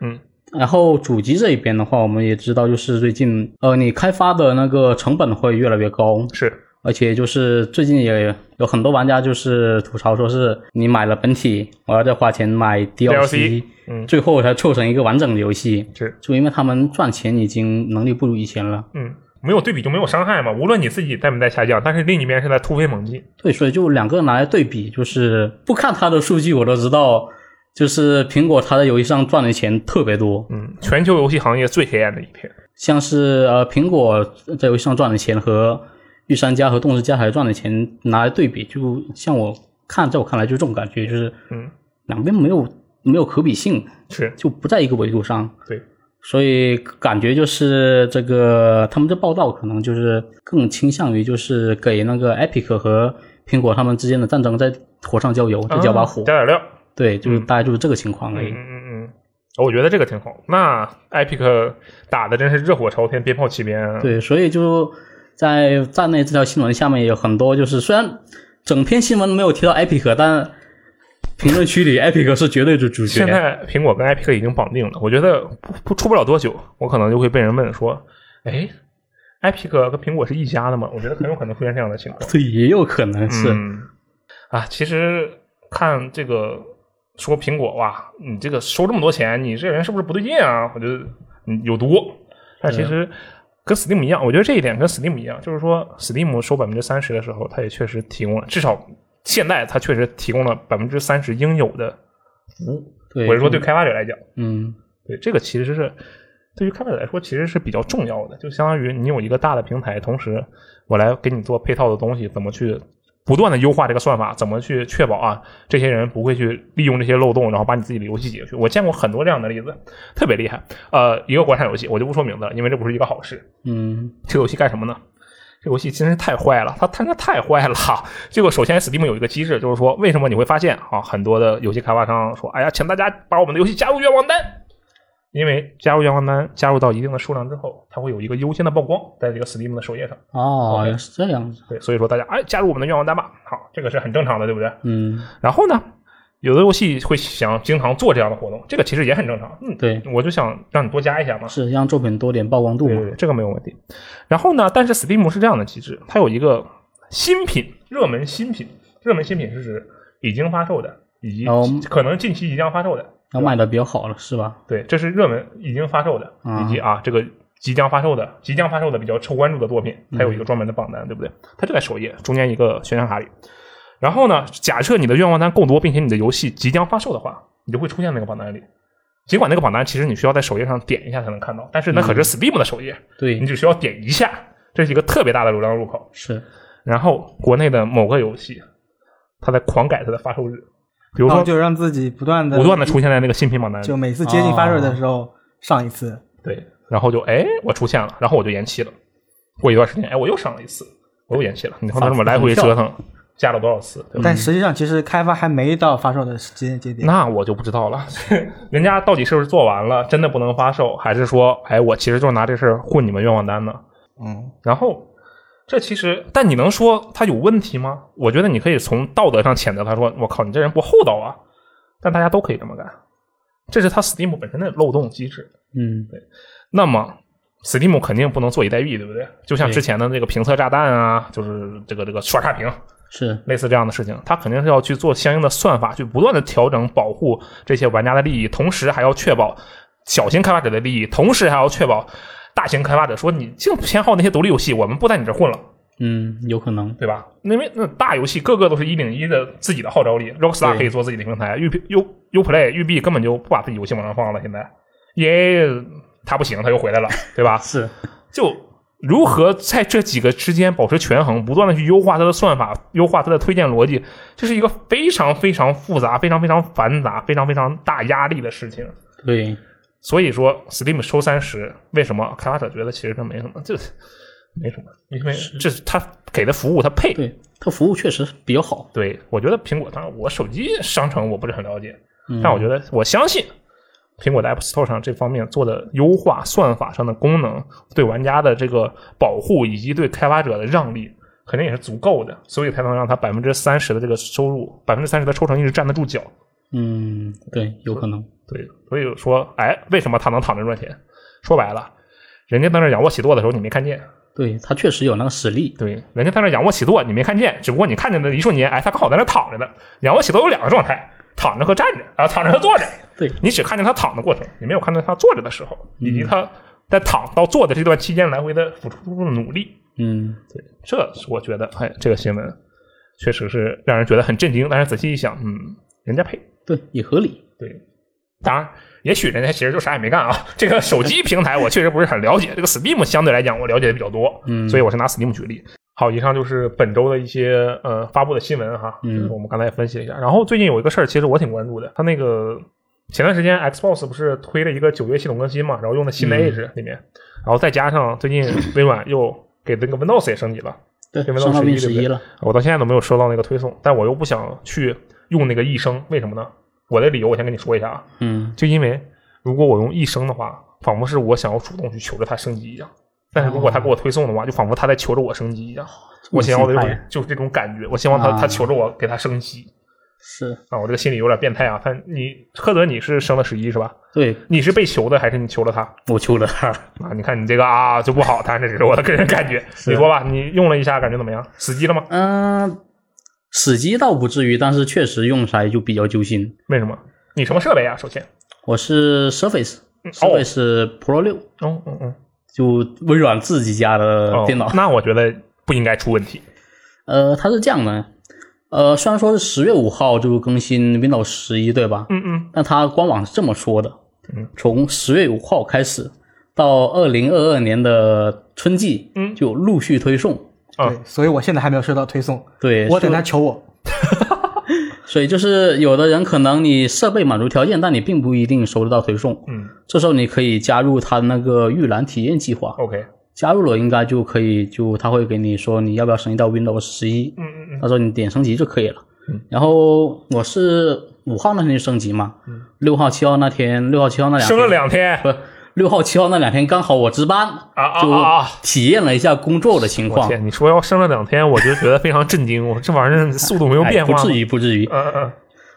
嗯然后主机这一边的话，我们也知道，就是最近呃，你开发的那个成本会越来越高，是，而且就是最近也有很多玩家就是吐槽说是你买了本体，我要再花钱买 DLC，, DLC 嗯最后才凑成一个完整的游戏，是，就因为他们赚钱已经能力不如以前了。嗯，没有对比就没有伤害嘛。无论你自己在不在下降，但是另一边是在突飞猛进。对，所以就两个拿来对比，就是不看它的数据，我都知道，就是苹果它在游戏上赚的钱特别多，嗯，全球游戏行业最黑暗的一片。像是呃苹果在游戏上赚的钱和御三家和动视家还赚的钱拿来对比，就像我看，在我看来就这种感觉，就是嗯，两边没有没有可比性，是就不在一个维度上。对，所以感觉就是这个他们这报道可能就是更倾向于就是给那个 Epic 和苹果他们之间的战争在火上浇油，再浇把火。啊加点料。对，就是大概就是这个情况而嗯已。嗯嗯，我觉得这个挺好。那 Epic 打的真是热火朝天，鞭炮齐鞭啊。对，所以就在站内这条新闻下面有很多，就是虽然整篇新闻没有提到 Epic，但评论区里 Epic 是绝对主主现角。在苹果跟 Epic 已经绑定了，我觉得不不出不了多久，我可能就会被人问说，哎，Epic 跟苹果是一家的吗？我觉得很有可能出现这样的情况。对，也有可能是、嗯、啊，其实看这个说苹果哇，你这个收这么多钱，你这人是不是不对劲啊？我觉得你有毒。但其实跟 Steam 一样，我觉得这一点跟 Steam 一样，就是说 Steam 收百分之三十的时候，它也确实提供了，至少现在它确实提供了百分之三十应有的服务。对，我是说，对开发者来讲，嗯，对这个其实是对于开发者来说其实是比较重要的，就相当于你有一个大的平台，同时我来给你做配套的东西，怎么去不断的优化这个算法，怎么去确保啊这些人不会去利用这些漏洞，然后把你自己的游戏解去。我见过很多这样的例子，特别厉害。呃，一个国产游戏我就不说名字了，因为这不是一个好事。嗯这个游戏干什么呢？这游戏真是太坏了，它它那太坏了。 这个首先 Steam 有一个机制，就是说为什么你会发现啊，很多的游戏开发商说，哎呀，请大家把我们的游戏加入愿望单，因为加入愿望单加入到一定的数量之后，它会有一个优先的曝光在这个 Steam 的首页上。哦 OK 原来是这样子，对，所以说大家哎加入我们的愿望单吧，好，这个是很正常的，对不对？嗯，然后呢，有的游戏会想经常做这样的活动，这个其实也很正常。嗯，对，我就想让你多加一下嘛。是让作品多点曝光度对嘛对，，对，这个没有问题。然后呢，但是 Steam 是这样的机制，它有一个新品、热门新品。热门新品是指已经发售的，以及哦可能近期即将发售的。要卖的比较好了，是吧？对，这是热门已经发售的，以及啊这个即将发售的、即将发售的比较受关注的作品，它有一个专门的榜单，对不对？它就在首页中间一个选项卡里。然后呢，假设你的愿望单够多，并且你的游戏即将发售的话，你就会出现那个榜单里。尽管那个榜单其实你需要在首页上点一下才能看到，但是那可是 Steam 的首页，你对，只需要点一下，这是一个特别大的流量入口。是，然后国内的某个游戏，它在狂改它的发售日，比如然说后哦就让自己不断的不断的出现在那个新品榜单里，就每次接近发热的时候上一哦次，对，然后就哎我出现了，然后我就延期了。过一段时间，哎我又上了一次，我又延期了。你看他这么来回折腾，加了多少次？对吧？但实际上其实开发还没到发售的时间节点。那我就不知道了， 人家到底是不是做完了，真的不能发售，还是说，哎，我其实就拿这事儿混你们愿望单呢？嗯，然后这其实，但你能说他有问题吗？我觉得你可以从道德上谴责他说，我靠，你这人不厚道啊！但大家都可以这么干，这是他 Steam 本身的漏洞机制。嗯，那么 Steam 肯定不能坐以待毙，对不对？就像对之前的那个评测炸弹啊，就是这个这个刷差评，是，类似这样的事情，它肯定是要去做相应的算法，去不断的调整保护这些玩家的利益，同时还要确保小型开发者的利益，同时还要确保大型开发者说你净偏好那些独立游戏，我们不在你这混了， 嗯，有可能，对吧？因为那大游戏个个都是一零一的自己的号召力，Rockstar 对可以做自己的平台，U U U Play、育碧根本就不把自己游戏往上放了，现在 E A 它不行，它又回来了， 对吧？是，就如何在这几个之间保持权衡，不断的去优化它的算法，优化它的推荐逻辑，这是一个非常非常复杂、非常非常繁杂、非常非常大压力的事情。对，所以说，Steam 收三十，为什么开发者觉得其实这没什么，这没什么，因为这是他给的服务，他配。对，它服务确实比较好，对，我觉得苹果，当然我手机商城我不是很了解，嗯但我觉得我相信苹果的 App Store 上这方面做的优化、算法上的功能，对玩家的这个保护以及对开发者的让利，肯定也是足够的，所以才能让它百分之三十的这个收入，百分之三十的抽成一直站得住脚。嗯，对，有可能，对，所以说，哎，为什么他能躺着赚钱？说白了，人家在那儿仰卧起坐的时候你没看见，对，它确实有那个实力，对，人家在那仰卧起坐，你没看见，只不过你看见的一瞬间，哎，他刚好在那躺着呢。仰卧起坐有两个状态，躺着和站着啊，躺着和坐着。对你只看见他躺的过程，你没有看到他坐着的时候，以及他在躺到坐的这段期间来回的付出的努力。嗯，这是我觉得，哎，这个新闻确实是让人觉得很震惊。但是仔细一想，嗯，人家配对，也合理，对，当然。也许人家其实就啥也没干啊。这个手机平台我确实不是很了解，这个 Steam 相对来讲我了解的比较多，嗯所以我是拿 Steam 举例。好，以上就是本周的一些呃发布的新闻哈，嗯就是我们刚才也分析了一下。然后最近有一个事儿，其实我挺关注的，它那个前段时间 Xbox 不是推了一个九月系统更新嘛，然后用的新的嗯 Edge 里面，然后再加上最近微软又给那个 Windows 也升级了，对这，边都上到11 Win 对十不对一了，我到现在都没有收到那个推送，但我又不想去用那个一生，为什么呢？我的理由我先跟你说一下啊，嗯，就因为如果我用一生的话，仿佛是我想要主动去求着它升级一样。但是如果它给哦我推送的话，就仿佛它在求着我升级一样。我想要的就是就是这种感觉，我希望它啊它求着我给它升级是啊！我这个心理有点变态啊！但你赫德你是升了十一是吧？对你是被求的还是你求了它我求了 他，啊？你看你这个啊就不好，但是这是我的个人感觉。你说吧，你用了一下感觉怎么样？死机了吗？嗯，死机倒不至于，但是确实用起来就比较揪心。为什么？你什么设备啊？首先，我是 Surface 嗯哦 Surface Pro 六，哦哦哦就微软自己家的哦，呃电脑。那我觉得不应该出问题。呃，它是这样的，呃，虽然说是十月五号就更新 Windows 十一，对吧？嗯嗯，但它官网是这么说的嗯，从十月五号开始到二零二二年的春季，嗯就陆续推送。啊对，所以我现在还没有收到推送，对，我等所以他求我。所以就是有的人可能你设备满足条件，但你并不一定收得到推送。嗯，这时候你可以加入它那个预览体验计划， OK，加入了应该就可以就它会给你说你要不要升级到 Windows 十一，嗯嗯嗯，到时候你点升级就可以了嗯。然后我是五号那天就升级嘛，六号、七号那天，六号、七号那嗯两升了天，两天不，六号、七号那两天刚好我值班，啊啊就啊啊！体验了一下工作的情我况。天，你说要升了两天，我就觉得非常震惊。我这玩意儿速度没有哎变化不吗，至于，不至于。嗯。嗯嗯，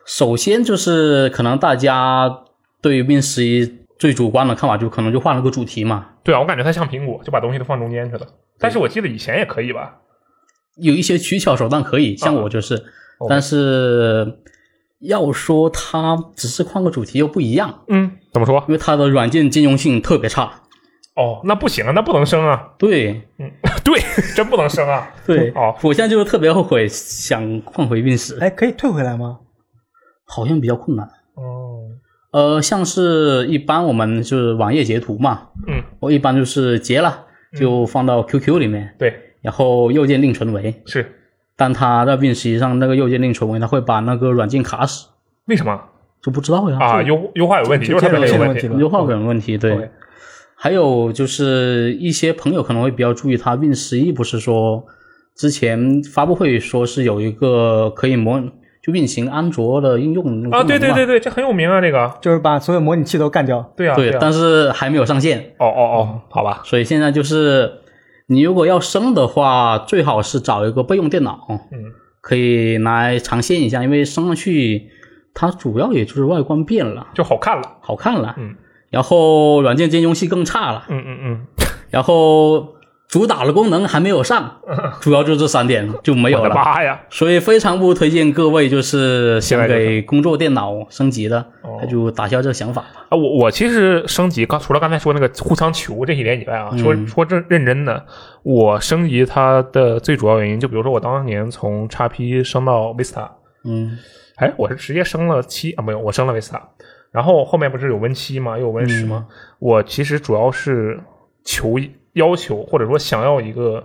首先就是可能大家对 Win 十一最主观的看法，就可能就换了个主题嘛。对啊，我感觉它像苹果，就把东西都放中间去了。但是我记得以前也可以吧？有一些取巧手段可以，像啊我就是， OK 但是要说它只是换个主题又不一样，嗯，怎么说？因为它的软件兼容性特别差。哦，那不行啊，那不能升啊！ 对嗯，对， 真不能升啊！ 对，哦，我现在就是特别后悔想换回 Win 十，哎，可以退回来吗？好像比较困难。哦，呃，像是一般我们就是网页截图嘛，嗯，我一般就是截了就放到 QQ 里面，对，然后右键另存为。是但它在 Win 十一上那个右键另存为，它会把那个软件卡死，为什么就不知道呀。啊？优优化有问题，就是它本身有问题这个优化本问题，对 OK。还有就是一些朋友可能会比较注意它 Win 十一，不是说之前发布会说是有一个可以模就运行安卓的应用那个啊！对对功能对嘛对，这很有名啊，这个就是把所有模拟器都干掉。对啊，对，啊但嗯是还没有上线，哦哦哦，好吧，所以现在就是你如果要升的话，最好是找一个备用电脑，嗯，可以来尝鲜一下，因为升上去它主要也就是外观变了，就好看了。好看了，嗯，然后软件兼容性更差了。嗯嗯然后主打的功能还没 有上，主要就这三点就没嗯，有我的了，妈呀！所以非常不推荐各位就是现在想就给工作电脑升级的哦，那就打消这个想法吧。啊，我我其实升级，刚除了刚才说那个互相求这一点以外啊，说说这认真的，我升级它的最主要原因，就比如说我当年从 x P 升到 Vista，嗯哎，我是直接升了七啊，没有，我升了 Vista，然后后面不是有 Win 七吗？又有 Win 十吗？我其实主要是求要求或者说想要一个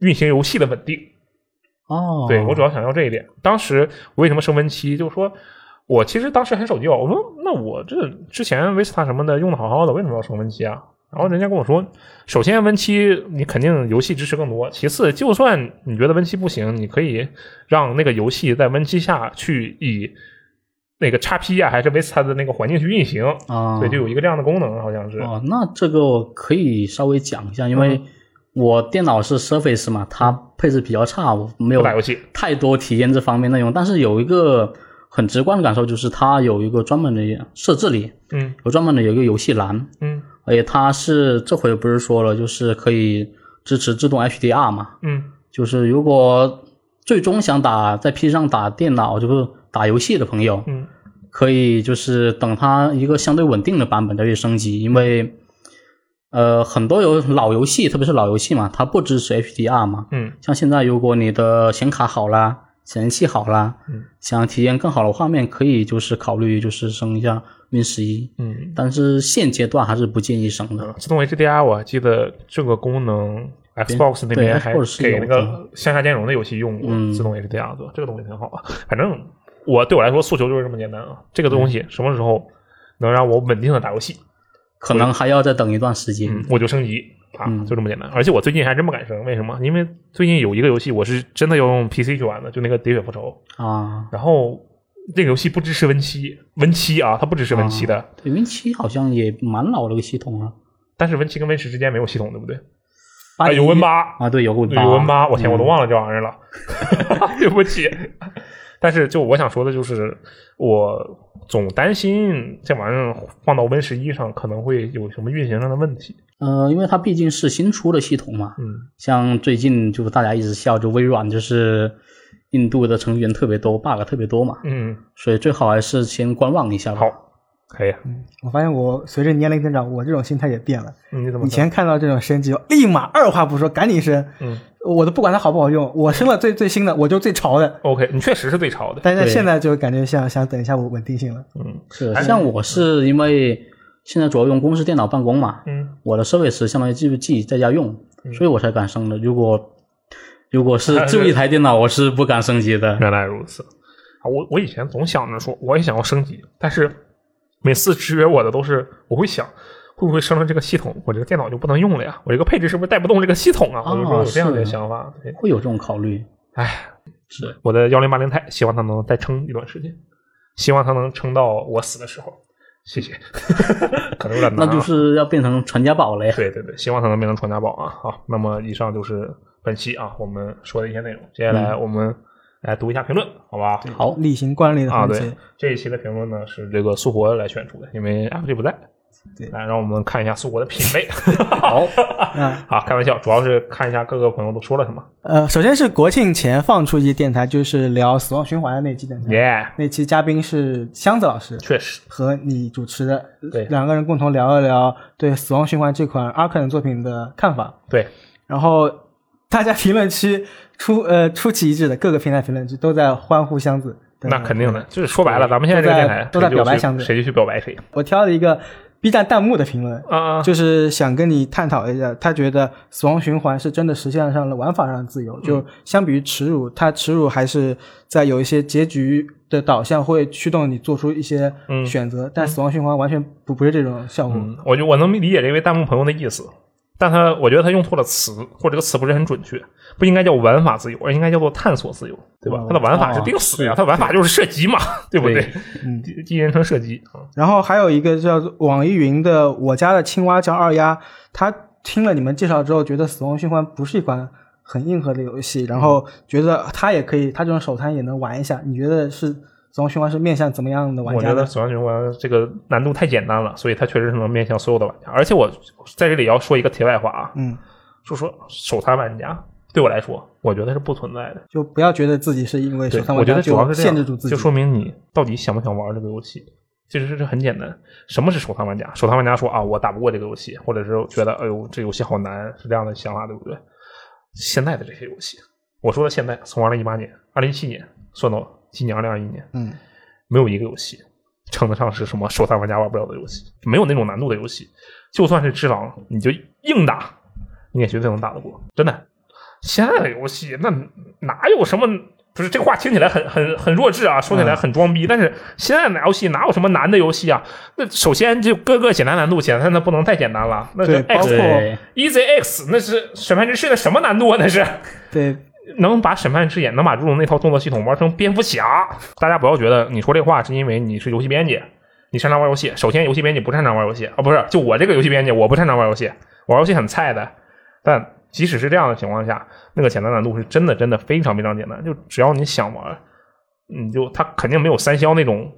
运行游戏的稳定，哦，对我主要想要这一点。当时我为什么升 Win 七，就是说我其实当时很守旧，我说那我这之前 Vista 什么的用的好好的，为什么要升 Win 七啊？然后人家跟我说，首先 Win 七你肯定游戏支持更多，其次就算你觉得 Win 七不行，你可以让那个游戏在 Win 七下去以那个 x P 啊还是 Vista 的那个环境去运行，啊，所以就有一个这样的功能，好像是。哦，那这个我可以稍微讲一下，因嗯为我电脑是 Surface 嘛，它配置比较差，我没不有打游戏太多体验这方面内容，但是有一个很直观的感受就是它有一个专门的设置里嗯有专门的有一个游戏栏，嗯而且它是这回不是说了，就是可以支持自动 HDR 嘛？嗯就是如果最终想打在 PC 上打电脑，就是打游戏的朋友，嗯，可以就是等它一个相对稳定的版本再去升级，因为呃很多有老游戏，特别是老游戏嘛，它不支持 HDR 嘛。嗯，像现在如果你的显卡好啦，显示器好啦，嗯想体验更好的画面，可以就是考虑就是升一下 Win 十一，嗯，但是现阶段还是不建议升的。自动 HDR 我还记得这个功能 Xbox 那边还或者是给有那个的向下兼容的游戏用过，嗯自动也是这样做，这个东西挺好啊。反正我对我来说诉求就是这么简单啊，这个东西嗯什么时候能让我稳定的打游戏，可能还要再等一段时间。嗯，我就升级啊，嗯就这么简单。而且我最近还真不敢升，为什么？因为最近有一个游戏我是真的要用 PC 去玩的，就那个《喋血复仇》，啊，然后这个游戏不支持 Win 七，Win 七啊，它不支持 Win 七的，对，Win 七好像也蛮老的一个系统了，但是 Win 七跟 Win 十之间没有系统，对不对？八啊，有 Win 零一八啊，对，有 Win 八，有 Win 八，我天，嗯我都忘了这玩意儿了， 哎对不起。但是就我想说的就是，我总担心这玩意儿放到 Win 十一上可能会有什么运行上的问题。呃，因为它毕竟是新出的系统嘛，嗯，像最近就是大家一直笑，就微软就是印度的成员特别多，bug 特别多嘛，嗯，所以最好还是先观望一下吧。好，可以。啊我发现我随着年龄增长，我这种心态也变了。你怎么以前看到这种升级，立马二话不说赶紧升，嗯我都不管它好不好用，我升了最最新的，我就最潮的。 OK？你确实是最潮的。但是对现在就感觉像想等一下我稳定性了。嗯是，像我是因为现在主要用公司电脑办公嘛，嗯，我的 service 相当于自自己在家用，所以我才敢升的。如果如果是就一台电脑，我是不敢升 级的。原来如此。啊，我我以前总想着说我也想要升级，但是每次制约我的都是我会想。会不会升了这个系统，我这个电脑就不能用了呀？我这个配置是不是带不动这个系统啊？我就说哦有这样的是想法。对，会有这种考虑，唉，是我的幺零八零钛，希望它能再撑一段时间，希望它能撑到我死的时候。谢 谢，可能有点难、那啊。就是要变成传家宝了呀。对对对，希望它能变成传家宝啊！好，那么以上就是本期啊我们说的一些内容，接下嗯来我们来读一下评论，好吧？好，例行惯例的啊，环对节，，这一期的评论呢是这个苏活来选出的，因为 F G 不在。对来，让我们看一下苏活的品味。好，啊，好，开玩笑，主要是看一下各个朋友都说了什么。呃，首先是国庆前放出一期电台，就是聊《死亡循环》的那期嗯电台。耶、那期嘉宾是箱子老师确实，和你主持的，对两个人共同聊一聊对《死亡循环》这款 Arkane 作品的看法。对，然后大家评论区出呃出奇一致的各个平台评论区都在欢呼箱子。对那肯定的，就是说白了，咱们现在这都个在电台都在谁就表白去箱子谁就去表白谁我挑了一个 B 站弹幕的评论，啊啊！就是想跟你探讨一下，他觉得《死亡循环》是真的实现上了玩法上的自嗯由，就相比于耻辱，它耻辱还是在有一些结局的导向会驱动你做出一些嗯选择，但《死亡循环》完全不不是这种效果。嗯，我就我能理解这位弹幕朋友的意思，但他我觉得他用错了词，或者这个词不是很准确，不应该叫玩法自由，而应该叫做探索自由，对吧？哦他的玩法是定死的呀，他玩法就是射击嘛，对不对？嗯第第一人称射击啊，然后还有一个叫做网易云的，我家的青蛙叫二丫，他听了你们介绍之后，觉得《死亡循环》不是一款很硬核的游嗯戏，然后觉得他也可以，他这种手残也能玩一下。你觉得是《死亡循环》是面向怎么样的玩我家觉得《呢？死亡循环》这个难度太简单了，所以它确实是能面向所有的玩家。而且我在这里要说一个题外话啊，嗯，就说手残玩家对我来说，我觉得是不存在的。就不要觉得自己是因为手对，残我玩觉家得主要就是这样限制住自己，就说明你到底想不想玩这个游戏。其实是很简单，什么是手残玩家？手残玩家说啊，我打不过这个游戏，或者是觉得哎呦这游戏好难，是这样的想法，对不对？现在的这些游戏，我说的现在，从二零一八年、二零一七年算到今年二零二一年，嗯，没有一个游戏称得上是什么手残玩家玩不了的游戏，没有那种难度的游戏。就算是只狼，你就硬打，你也绝对能打得过，真的。现在的游戏那哪有什么？不是这话听起来很很很弱智啊，说起来嗯很装逼，但是现在的游戏哪有什么难的游戏啊？那首先就各个简单难度，简单的不能太简单了。那对是包括 X 对 Easy X，那是审判之室的什么难度啊？那是。对，能把审判之眼能把这种那套动作系统玩成蝙蝠侠，大家不要觉得你说这话是因为你是游戏编辑，你擅长玩游戏。首先，游戏编辑不擅长玩游戏啊，不是，就我这个游戏编辑，我不擅长玩游戏，玩游戏很菜的。但即使是这样的情况下，那个简单难度是真的真的非常非常简单，就只要你想玩，你就它肯定没有三消那种，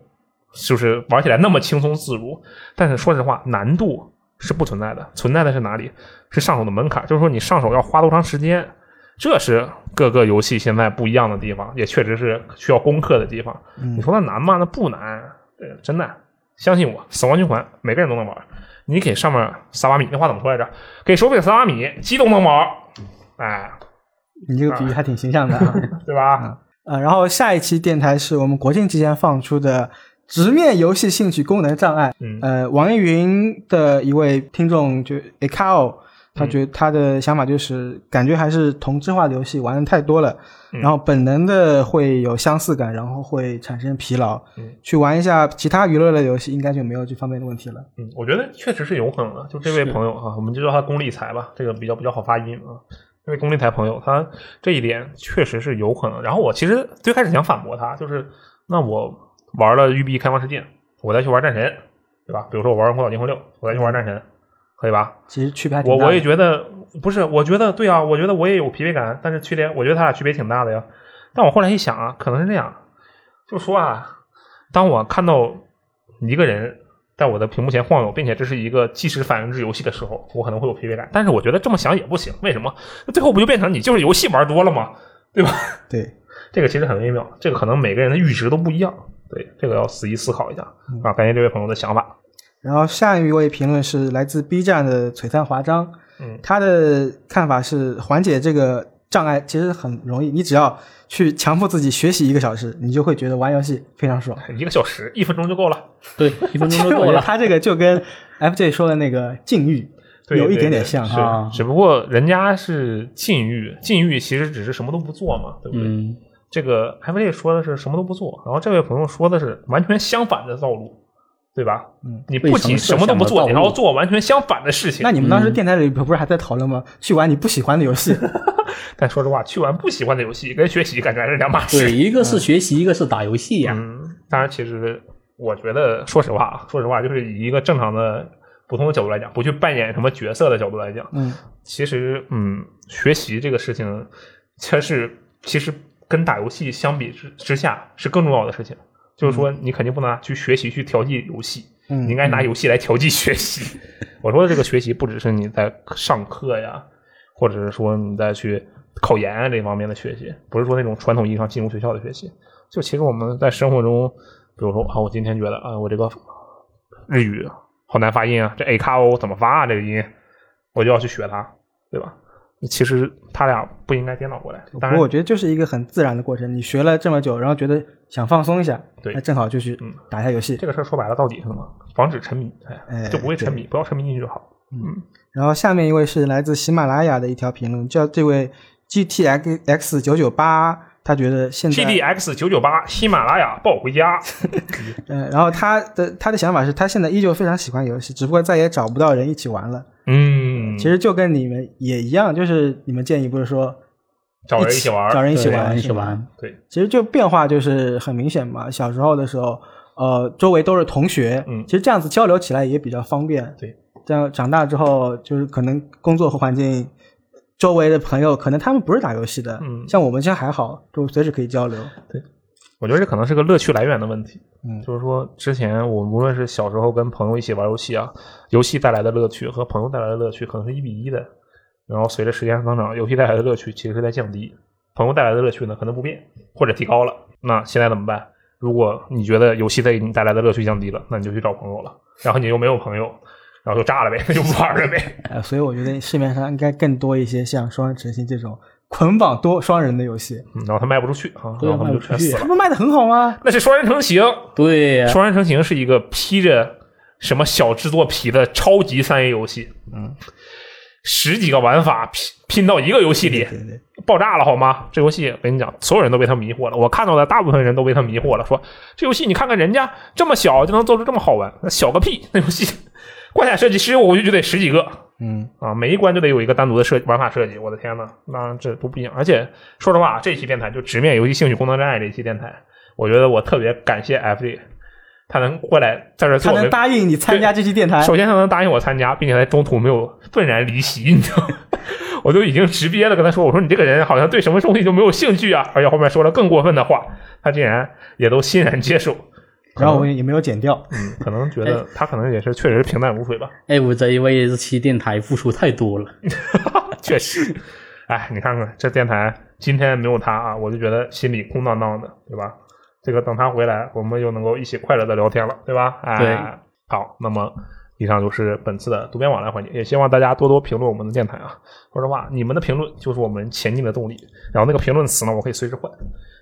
就是玩起来那么轻松自如。但是说实话，难度是不存在的，存在的是哪里？是上手的门槛，就是说你上手要花多长时间。这是各个游戏现在不一样的地方，也确实是需要攻克的地方。嗯你说它难吗？那不难，呃，真难。相信我，《死亡循环》每个人都能玩。你给上面萨瓦米那话怎么说来着？给手柄萨瓦米，鸡都能玩，哎，你这个比喻还挺形象 的啊。对吧？呃，然后下一期电台是我们国庆期间放出的直面游戏兴趣功能障碍。嗯呃，网易云的一位听众就 e k a o 他觉嗯得他的想法就是感觉还是同质化的游戏玩的太多了，嗯然后本能的会有相似感，然后会产生疲劳。嗯去玩一下其他娱乐类游戏，应该就没有这方面的问题了。嗯，我觉得确实是有可能的。就这位朋友啊，我们就叫他龚立才吧，这个比较比较好发音啊。这位龚立才朋友，他这一点确实是有可能。然后我其实最开始想反驳他，就是那我玩了育碧开放世界，我再去玩战神，对吧？比如说我玩《魔导惊魂六》，我再去玩战神，可以吧？其实区别还挺我大的我也觉得不是，我觉得对啊，我觉得我也有疲惫感，但是区别，我觉得他俩区别挺大的呀。但我后来一想啊，可能是这样，就说啊，当我看到一个人在我的屏幕前晃悠，并且这是一个即时反应制游戏的时候，我可能会有疲惫感。但是我觉得这么想也不行，为什么？那最后不就变成你就是游戏玩多了吗？对吧？对，这个其实很微妙，这个可能每个人的阈值都不一样。对，这个要仔细思考一下嗯啊！感谢这位朋友的想法。然后下一位评论是来自 B 站的璀璨华章，嗯他的看法是缓解这个障碍其实很容易，你只要去强迫自己学习一个小时，你就会觉得玩游戏非常爽。一个小时，一分钟就够了。对，一分钟其就实 我够觉得了。他这个就跟 FJ 说的那个禁欲对有一对点对点像是哈。啊只不过人家是禁欲，禁欲其实只是什么都不做嘛，对不对？嗯，这个 f a 说的是什么都不做，然后这位朋友说的是完全相反的道路，对吧？嗯，你不仅什么都不做，未尝设想的道你路还要做完全相反的事情那。你们当嗯时电台里不是还在讨论吗？去玩你不喜欢的游 戏，但说实话，去玩不喜欢的游戏跟学习感觉还是两码对，事。一个是学习，一个是打游戏呀。嗯，当然，其实我觉得，说实话，啊，说实话，就是以一个正常的普通的角度来讲，不去扮演什么角色的角度来讲，嗯，其实，嗯，学习这个事情，它是其实跟打游戏相比之之下是更重要的事情。就是说，你肯定不能拿去学习去调剂游戏，嗯你应该拿游戏来调剂学习。我说的这个学习，不只是你在上课呀，或者是说你再去考研啊这方面的学习，不是说那种传统意义上进入学校的学习。就其实我们在生活中，比如说啊，我今天觉得啊，我这个日语好难发音啊，这 a 卡 o 怎么发啊？这个音，我就要去学它，对吧？其实他俩不应该颠倒过来。不当过然我，觉得就是一个很自然的过程。你学了这么久，然后觉得想放松一下，对那正好就去嗯打一下游戏。这个事儿说白了到底是什么？防止沉迷，哎哎，就不会沉迷，不要沉迷进去就好。嗯，然后下面一位是来自喜马拉雅的一条评论，叫这位 GTX X 九九八，他觉得现在 GDX 九九八，喜马拉雅抱回 家。嗯，然后他的他的想法是他现在依旧非常喜欢游戏，只不过再也找不到人一起玩了。嗯，其实就跟你们也一样，就是你们建议不是说找人一一起玩儿，找人一起对玩，一起玩。对，其实就变化就是很明显嘛。小时候的时候，呃，周围都是同学，嗯其实这样子交流起来也比较方便。对，这样长大之后，就是可能工作和环境，周围的朋友可能他们不是打游戏的，嗯像我们现在还好，就随时可以交流。我觉得这可能是个乐趣来源的问题。嗯就是说之前我无论是小时候跟朋友一起玩游戏啊，游戏带来的乐趣和朋友带来的乐趣可能是一比一的，然后随着时间增长，游戏带来的乐趣其实是在降低，朋友带来的乐趣呢可能不变或者提高了。那现在怎么办？如果你觉得游戏带给你带来的乐趣降低了，那你就去找朋友了，然后你又没有朋友，然后就炸了呗，那 就不玩了呗。呃，所以我觉得市面上应该更多一些像《双人成行》这种捆绑多双人的游戏，嗯然后他卖不出去啊，对然后他们卖就不全出死去哎了它。不卖的很好吗？那是双人成行，对呀，双人成行是一个披着什么小制作皮的超级三 A 游戏，嗯，十几个玩法拼拼到一个游戏里，对对，爆炸了好吗？这游戏我跟你讲，所有人都被他迷惑了。我看到的大部分人都被他迷惑了，说这游戏你看看人家这么小就能做出这么好玩，那小个屁！那游戏 关卡设计师我就就得十几个嗯，啊，每一关就得有一个单独的设玩法设计。我的天呐，那这都不一样。而且说实话，这期电台就直面游戏兴趣功能障碍这一期电台，我觉得我特别感谢 FJ，他能过来在这儿他做我能们答应你参加这期电台，首先他能答应我参加，并且在中途没有愤然离席，你知道吗？ 我就已经直憋的跟他说：“我说你这个人好像对什么东西就没有兴趣啊！”而且后面说了更过分的话，他竟然也都欣然接受。然后我也没有剪掉。嗯，可能觉得他可能也是确实平淡如水吧，哎，我这一为这期电台付出太多了。确实。哎，你看看这电台今天没有他啊，我就觉得心里空荡荡的，对吧？这个等他回来，我们又能够一起快乐的聊天了，对吧？哎，对好，那么以上就是本次的读编往来环节，也希望大家多多评论我们的电台啊。说实话，你们的评论就是我们前进的动力，然后那个评论词呢，我可以随时换。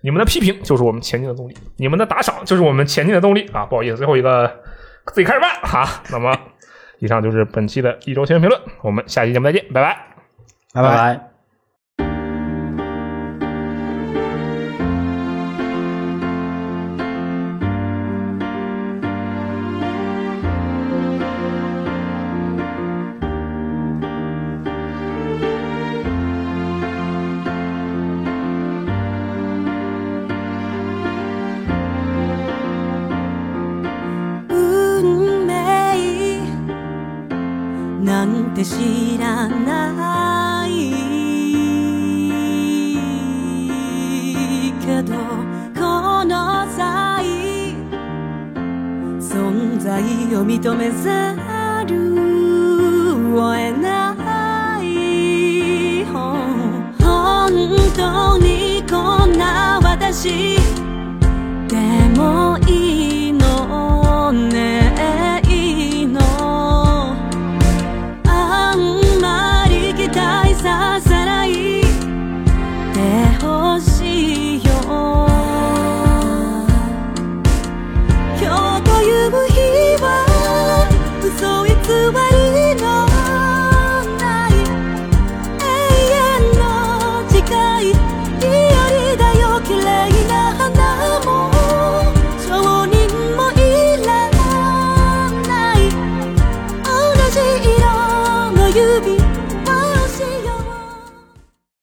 你们的批评就是我们前进的动力，你们的打赏就是我们前进的动力啊！不好意思，最后一个自己开始办哈、那么 以上就是本期的一周新闻评论，我们下期节目再见，拜拜。拜拜拜。拜。運命なんて知らないけどこの際存在を認めざるを得ない本当にこんな私でもいいのね」